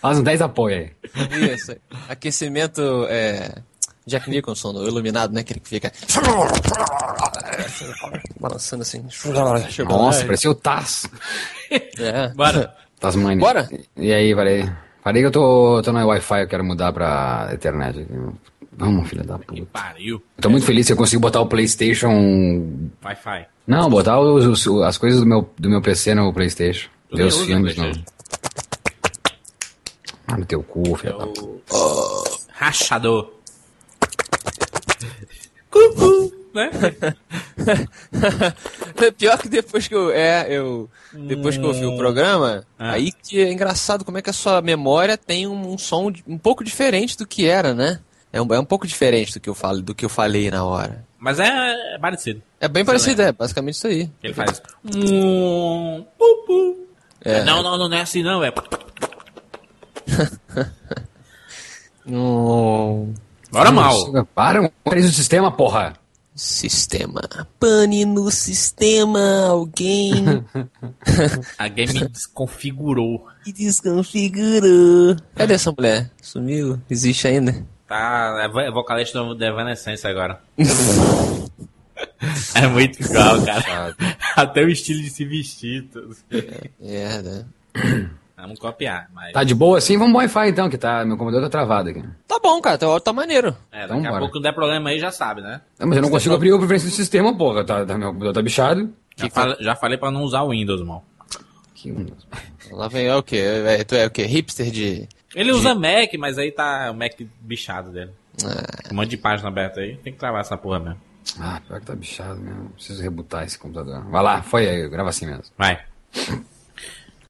Faz uns 10 apoio aí.
É Isso. Aquecimento é. Jack Nicholson, o iluminado, né? Aquele que fica. Balançando assim. Chegou.
Nossa, pareceu o Taz.
É.
Bora.
Tasmania.
Bora?
E aí, parei. Parei que eu tô, tô na Wi-Fi, eu quero mudar pra internet. Vamos, filha da puta.
Pariu.
Eu tô muito feliz que eu consegui botar o PlayStation.
Wi-Fi.
Não, botar os- os- as coisas do meu, do meu PC no PlayStation.
Eu
Ver
nem
os
uso
filmes no.
PlayStation.
Ah, no teu cu, filha da puta.
Rachador. Cucu. Né?
<laughs> Pior que depois que eu. É, eu. Depois que eu ouvi o programa, aí que é engraçado como é que a sua memória tem um, um som de- um pouco diferente do que era, né? É um, é um pouco diferente do que, eu falo, do que eu falei na hora.
Mas é parecido.
É bem parecido, é basicamente isso aí.
Ele faz. Um. Pum, pum. Não, não, não, não é assim não, é.
Hum,
Bora mal.
Para, parei do sistema, porra.
Sistema. Pane no sistema. Alguém
A game me desconfigurou.
me desconfigurou. Cadê essa mulher? Sumiu? Existe ainda?
Tá, é vo- é vocalista do The Evanescence agora. é muito igual, cara. Até o estilo de se vestir. tudo.
Merda.
Vamos copiar, mas.
Tá de boa assim? Vamos pro Wi-Fi então, que tá. Meu computador tá travado aqui.
Tá bom, cara. Tá, tá maneiro.
É,
então
daqui a
bora.
pouco não der problema aí, já sabe, né?
Não, mas eu não consigo abrir o preferência do sistema, porra. Tá, tá- meu computador tá bichado.
Já, fala- já falei pra não usar o Windows, irmão.
Que-
Lá vem é o quê? É, tu é o quê? Hipster de.
Ele usa Mac, mas aí tá o Mac bichado dele.
ah,
Um monte de página aberta aí. Tem que travar essa porra mesmo.
Ah, pior que tá bichado mesmo. Preciso rebutar esse computador. Vai lá, foi aí, grava assim mesmo.
Vai.